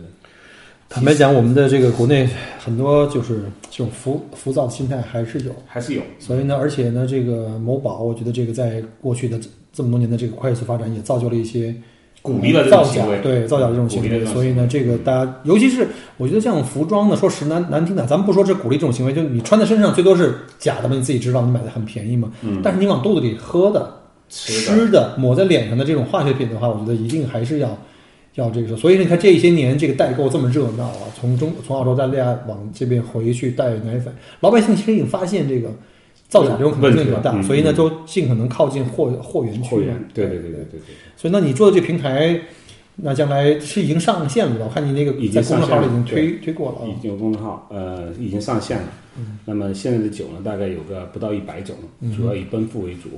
A: 坦白讲，我们的这个国内很多就是这种浮浮躁的心态还是有，
B: 还是有。
A: 所以呢，而且呢，这个某宝，我觉得这个在过去的这这么多年的这个快速发展，也造就了一些
B: 鼓励了这
A: 造
B: 种
A: 假
B: 行为，
A: 对造假这种行
B: 鼓励了
A: 为。
B: 这种
A: 所以呢，这个大家，尤其是我觉得像服装呢，说实难难听点，咱们不说这鼓励这种行为，就你穿在身上最多是假的嘛，你自己知道，你买的很便宜嘛。
B: 嗯
A: 但是你往肚子里喝的、
B: 吃的，
A: 吃的、抹在脸上的这种化学品的话，我觉得一定还是要要这个。所以你看这些年这个代购这么热闹啊，从中从澳洲、澳大利亚往这边回去带奶粉，老百姓其实已经发现这个造假这种可能性比较大，
B: 问题了嗯
A: 所以呢都尽可能靠近货货源区。啊
B: 后援，对对对对对对。
A: 所以那你做的这平台，那将来是已经上线了吧？我看你那个
B: 已经
A: 在公众号里已经
B: 上线了
A: 推推过了
B: 已
A: 啊。
B: 经有公众号，呃，已经上线了。
A: 嗯
B: 那么现在的酒呢，大概有个不到一百种，主要以奔赴为主。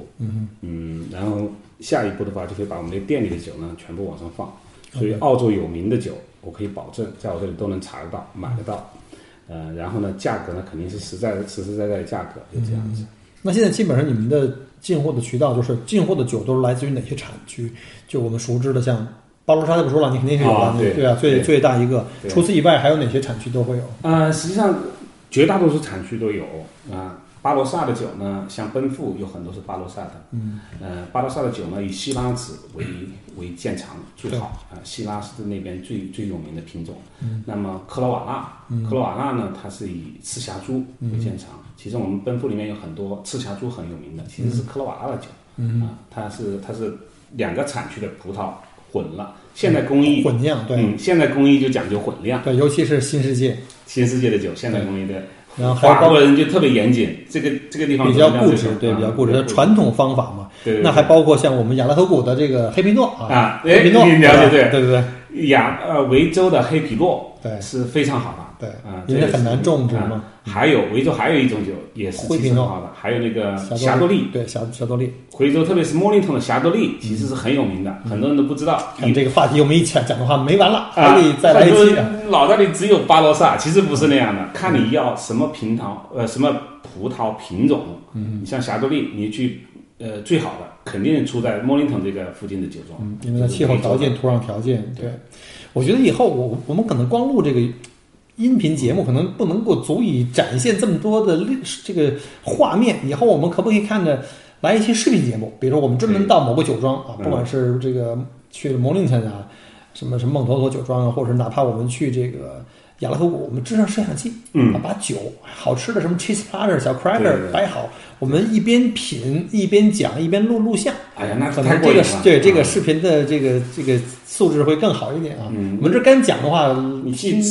B: 嗯然后下一步的话，就可以把我们这店里的酒呢全部往上放。所以澳洲有名的酒，我可以保证在我这里都能查得到、买得到。呃，然后呢，价格呢肯定是实在实实在在的价格，就这样子。
A: 那现在基本上你们的进货的渠道就是进货的酒都是来自于哪些产区？就我们熟知的像巴罗沙就不说了，你肯定是有
B: 啊
A: 了，你
B: 对
A: 对啊，最
B: 对
A: 最大一个。
B: 对
A: 除此以外，还有哪些产区都会有？
B: 呃，实际上绝大多数产区都有啊、巴罗萨的酒呢，像奔富有很多是巴罗萨的，嗯，呃，巴罗萨的酒呢以西拉子为为建厂最好啊、希腊是那边最最有名的品种。嗯、那么克罗瓦纳，
A: 嗯
B: 克罗瓦纳呢，它是以赤霞珠为建厂。其实我们奔富里面有很多赤霞珠很有
A: 嗯
B: 名的，其实是克罗瓦纳的酒，嗯、啊，它是它是两个产区的葡萄混了，现代工艺，
A: 嗯混酿，对、
B: 嗯，现代工艺就讲究混酿。
A: 对，尤其是新世界，
B: 新世界的酒，现代工艺的。
A: 然嗯后还有
B: 法
A: 包
B: 国人就特别严谨，这个这个地方
A: 比较
B: 怎么样
A: 固
B: 就
A: 执
B: 是，
A: 对，
B: 啊
A: 比较固执，它
B: 对
A: 传统方法嘛。
B: 对对对
A: 那还包括像我们雅拉河谷的这个黑皮诺
B: 啊哎
A: 黑皮诺，
B: 你了解
A: 对吧
B: 对
A: 对对
B: 亚呃维州的黑皮诺
A: 对
B: 是非常好的，
A: 对
B: 啊，
A: 因为
B: 这个
A: 很
B: 是
A: 难种植
B: 啊
A: 嘛
B: 还有维州还有一种酒也是
A: 灰
B: 其
A: 皮
B: 实
A: 诺
B: 很好的，还有那个
A: 对，
B: 霞多丽，，
A: 对霞霞多丽。
B: 回州特别是莫林顿的霞多丽其实是很有名的，
A: 嗯
B: 很多人都不知道。
A: 看这个话题，我们一讲讲的话没完了，
B: 啊
A: 还得，再来一期啊。嗯
B: 很多脑袋里只有巴罗萨，其实不是那样的，看你要什么葡萄，呃，什么葡萄品种。嗯，你像霞多丽，你去，呃，最好的肯定出在莫林顿这个附近的酒庄，
A: 嗯，因为它气候条件、土壤条件，对，我觉得以后我我们可能光录这个音频节目，可能不能够足以展现这么多的历史这个画面。以后我们可不可以看着来一期视频节目？比如说我们专门到某个酒庄啊，
B: 嗯
A: 不管是这个去了摩林城啊，什么什么梦头头酒庄啊，或者哪怕我们去这个雅拉河谷，我们支上摄像机，
B: 嗯
A: 啊，把酒好吃的什么 cheese platter 小
B: 对对
A: cracker
B: 对
A: 摆好，我们一边品一边讲一边录录像。
B: 哎呀，那
A: 可
B: 太
A: 能
B: 过
A: 这
B: 瘾
A: 个
B: 了。
A: 对这个
B: 嗯
A: 视频的这个这个素质会更好一点啊。
B: 嗯
A: 我们这干讲的话，
B: 你既
A: 听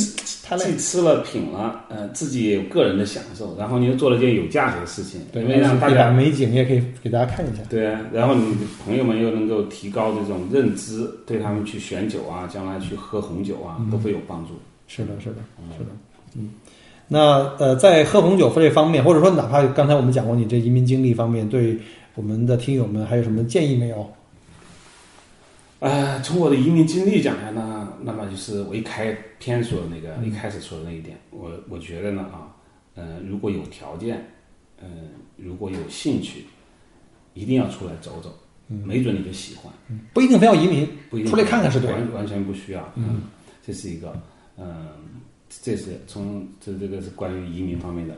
A: 太累
B: 既吃了品了，呃，自己也有个人的享受，然后你又做了件有价值的事情，
A: 对，
B: 因为让大
A: 可以把
B: 家
A: 美景也可以给大家看一下。
B: 对啊，然后你的朋友们又能够提高这种认知，对他们去选酒啊，将来去喝红酒啊，都会有帮助。
A: 是的，是的，是的，嗯。那呃，在喝红酒这方面，或者说哪怕刚才我们讲过你这移民经历方面，对我们的听友们还有什么建议没有？
B: 呃，从我的移民经历讲来呢，那么就是我一开篇说的那个，一开始说的那一点，我我觉得呢啊，呃，如果有条件，呃，如果有兴趣，一定要出来走走，没准你就喜欢。
A: 嗯不一定非要移民，
B: 不一定
A: 出来看看是对的
B: 完完全不需要。嗯，这是一个，嗯，这是从这这个是关于移民方面的。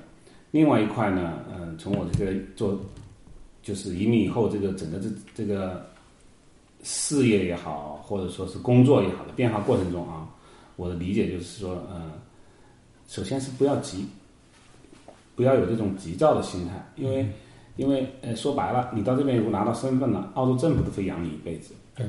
B: 另外一块呢，嗯，从我这个做就是移民以后，这个整个这这个事业也好，或者说是工作也好的变化过程中啊，我的理解就是说，嗯，首先是不要急，不要有这种急躁的心态，因为。
A: 嗯
B: 因为呃，说白了，你到这边如果拿到身份了，澳洲政府都会养你一辈子。嗯
A: 对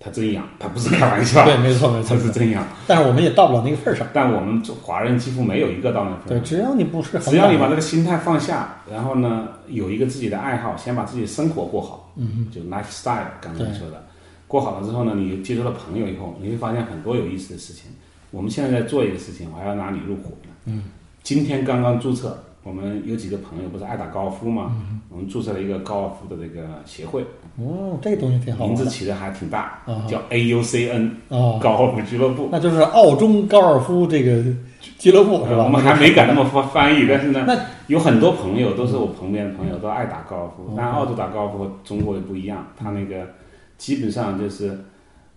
B: 他真养，他不是开玩笑，
A: 对，没错没错
B: 他。是真养。
A: 但是我们也到不了那个份儿上。
B: 但我们做华人几乎没有一个到那份
A: 对，
B: 儿上。
A: 只要你不是很
B: 只要你
A: 懒
B: 把这个心态放下，然后呢，有一个自己的爱好，先把自己的生活过好，嗯，就 lifestyle 刚才
A: 对
B: 说的，过好了之后呢，你接触了朋友以后，你会发现很多有意思的事情。我们现在在做一个事情，我还要拿你入伙呢。嗯，今天刚刚注册，我们有几个朋友不是爱打高尔夫吗？
A: 嗯
B: 我们注册了一个高尔夫的这个协会，
A: 哦，这个东西挺好
B: 名
A: 玩
B: 字
A: 的
B: 起的还挺大
A: 啊，
B: 叫 AUCN
A: 哦，
B: 高尔夫俱乐部。
A: 那就是澳中高尔夫这个俱乐部是
B: 我
A: 吧？
B: 们还没敢那么翻翻译，但是呢
A: 那，
B: 有很多朋友都是我旁边的朋友，都爱打高尔
A: 哦
B: 夫。但澳洲打高尔夫和中国也不一样，他那个基本上就是，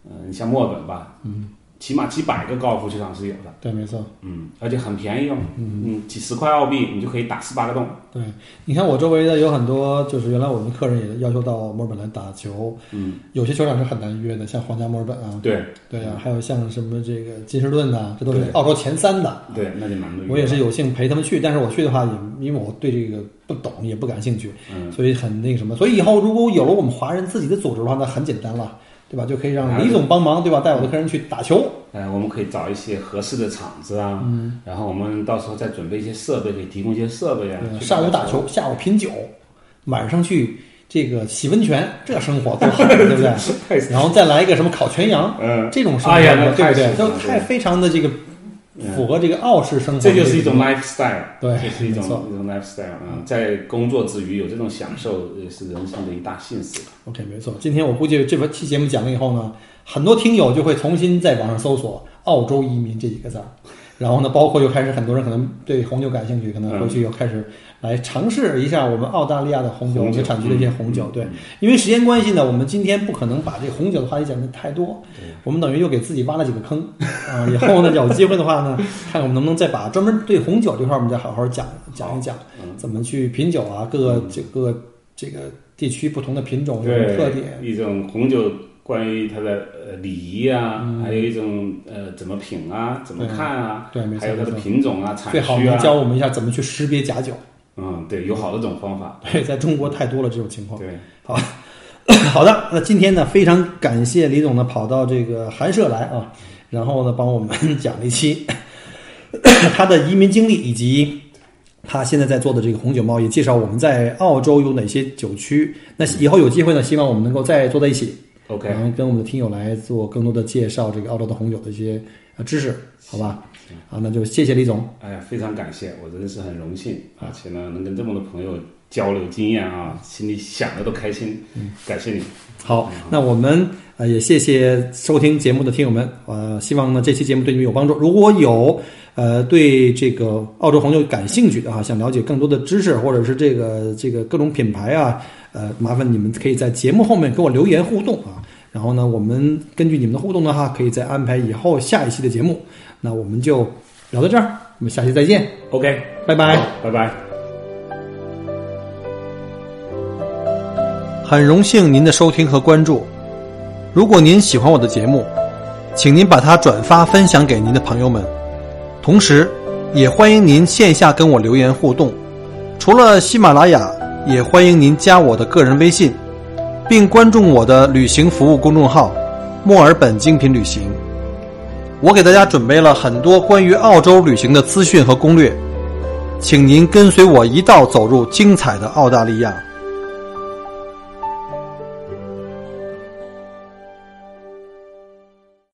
B: 嗯、你像墨尔本吧，嗯，起码几百个高尔夫球场是有的，
A: 对，没错。
B: 嗯，而且很便宜哦，嗯，几十块澳币你就可以打十八个洞，
A: 对，你看我周围的有很多，就是原来我们客人也要求到墨尔本来打球，
B: 嗯，
A: 有些球场是很难约的，像皇家墨尔本啊，
B: 对
A: 对呀、还有像什么这个金士顿呐、这都是
B: 对嗯
A: 澳洲前三的。
B: 对，那就蛮多。
A: 我也是，有幸陪他们去，但是我去的话也因为我对这个不懂，也不感兴趣，
B: 嗯，
A: 所以很那个什么。所以以后如果有了我们华人自己的组织的话，那很简单了，对吧？就可以让李总帮忙，对吧？带我的客人去打球。
B: 呃，我们可以找一些合适的场子啊，嗯，然后我们到时候再准备一些设备，可以提供一些设备啊，
A: 嗯
B: 去
A: 上午打球，下午品酒，晚上去这个洗温泉，这生活 多好，对不对？
B: 太
A: 然后再来一个什么烤全羊，
B: 嗯
A: 这种生活，
B: 哎呀那
A: 对
B: 太
A: 不对？
B: 幸福
A: 就
B: 了
A: 太非常的这个符合这个澳式生活，
B: 这就是一种 lifestyle，
A: 对
B: 这是一种
A: 没
B: 一
A: 错
B: 种 lifestyle 啊，在工作之余有这种享受，也是人生的一大幸事。
A: OK，没错。今天我估计这期节目讲了以后呢，很多听友就会重新在网上搜索“澳洲移民”这几个字儿，然后呢，包括又开始很多人可能对红酒感兴趣，可能回去又开始来尝试一下我们澳大利亚的红酒，
B: 红
A: 我
B: 酒
A: 们产区的一些红酒。
B: 嗯
A: 对，因为时间关系呢，我们今天不可能把这个红酒的话题讲的太多，我们等于又给自己挖了几个坑啊、以后呢，有机会的话呢，看我们能不能再把专门对红酒这块儿，我们再好好讲讲一讲，
B: 嗯
A: 怎么去品酒啊，各个这各个这个地区不同的品种有什么特点。
B: 一种红酒关于它的呃礼仪啊，还有一种呃怎么品啊，怎么看啊，
A: 嗯对没错
B: 还有它的
A: 没错
B: 品种啊、产
A: 最好
B: 区
A: 能
B: 啊，
A: 教我们一下怎么去识别假酒。
B: 嗯，对，有好多种方法，
A: 对，在中国太多了这种情况。
B: 对，
A: 好， 好的，那今天呢，非常感谢李总呢跑到这个寒舍来啊，然后呢帮我们 讲了一期 他的移民经历以及。他现在在做的这个红酒贸易，介绍我们在澳洲有哪些酒区。那以后有机会呢，希望我们能够再坐在一起
B: OK
A: 然后跟我们的听友来做更多的介绍这个澳洲的红酒的一些呃知识，好吧？啊，那就谢谢李总。
B: 哎呀，非常感谢，我真的是很荣幸，而且呢，能跟这么多朋友交流经验啊，心里想的都开心，
A: 嗯
B: 感谢你，
A: 好，那我们呃也谢谢收听节目的听友们，呃，希望呢这期节目对你们有帮助。如果有呃对这个澳洲红酒感兴趣的啊，想了解更多的知识或者是这个这个各种品牌啊，呃，麻烦你们可以在节目后面给我留言互动啊。然后呢，我们根据你们的互动的话，可以再安排以后下一期的节目。那我们就聊到这儿，我们下期再见，
B: ，OK，
A: 拜拜。
B: 拜拜。
A: 很荣幸您的收听和关注。如果您喜欢我的节目，请您把它转发分享给您的朋友们。同时，也欢迎您线下跟我留言互动。除了喜马拉雅，也欢迎您加我的个人微信，并关注我的旅行服务公众号“墨尔本精品旅行”。我给大家准备了很多关于澳洲旅行的资讯和攻略，请您跟随我一道走入精彩的澳大利亚。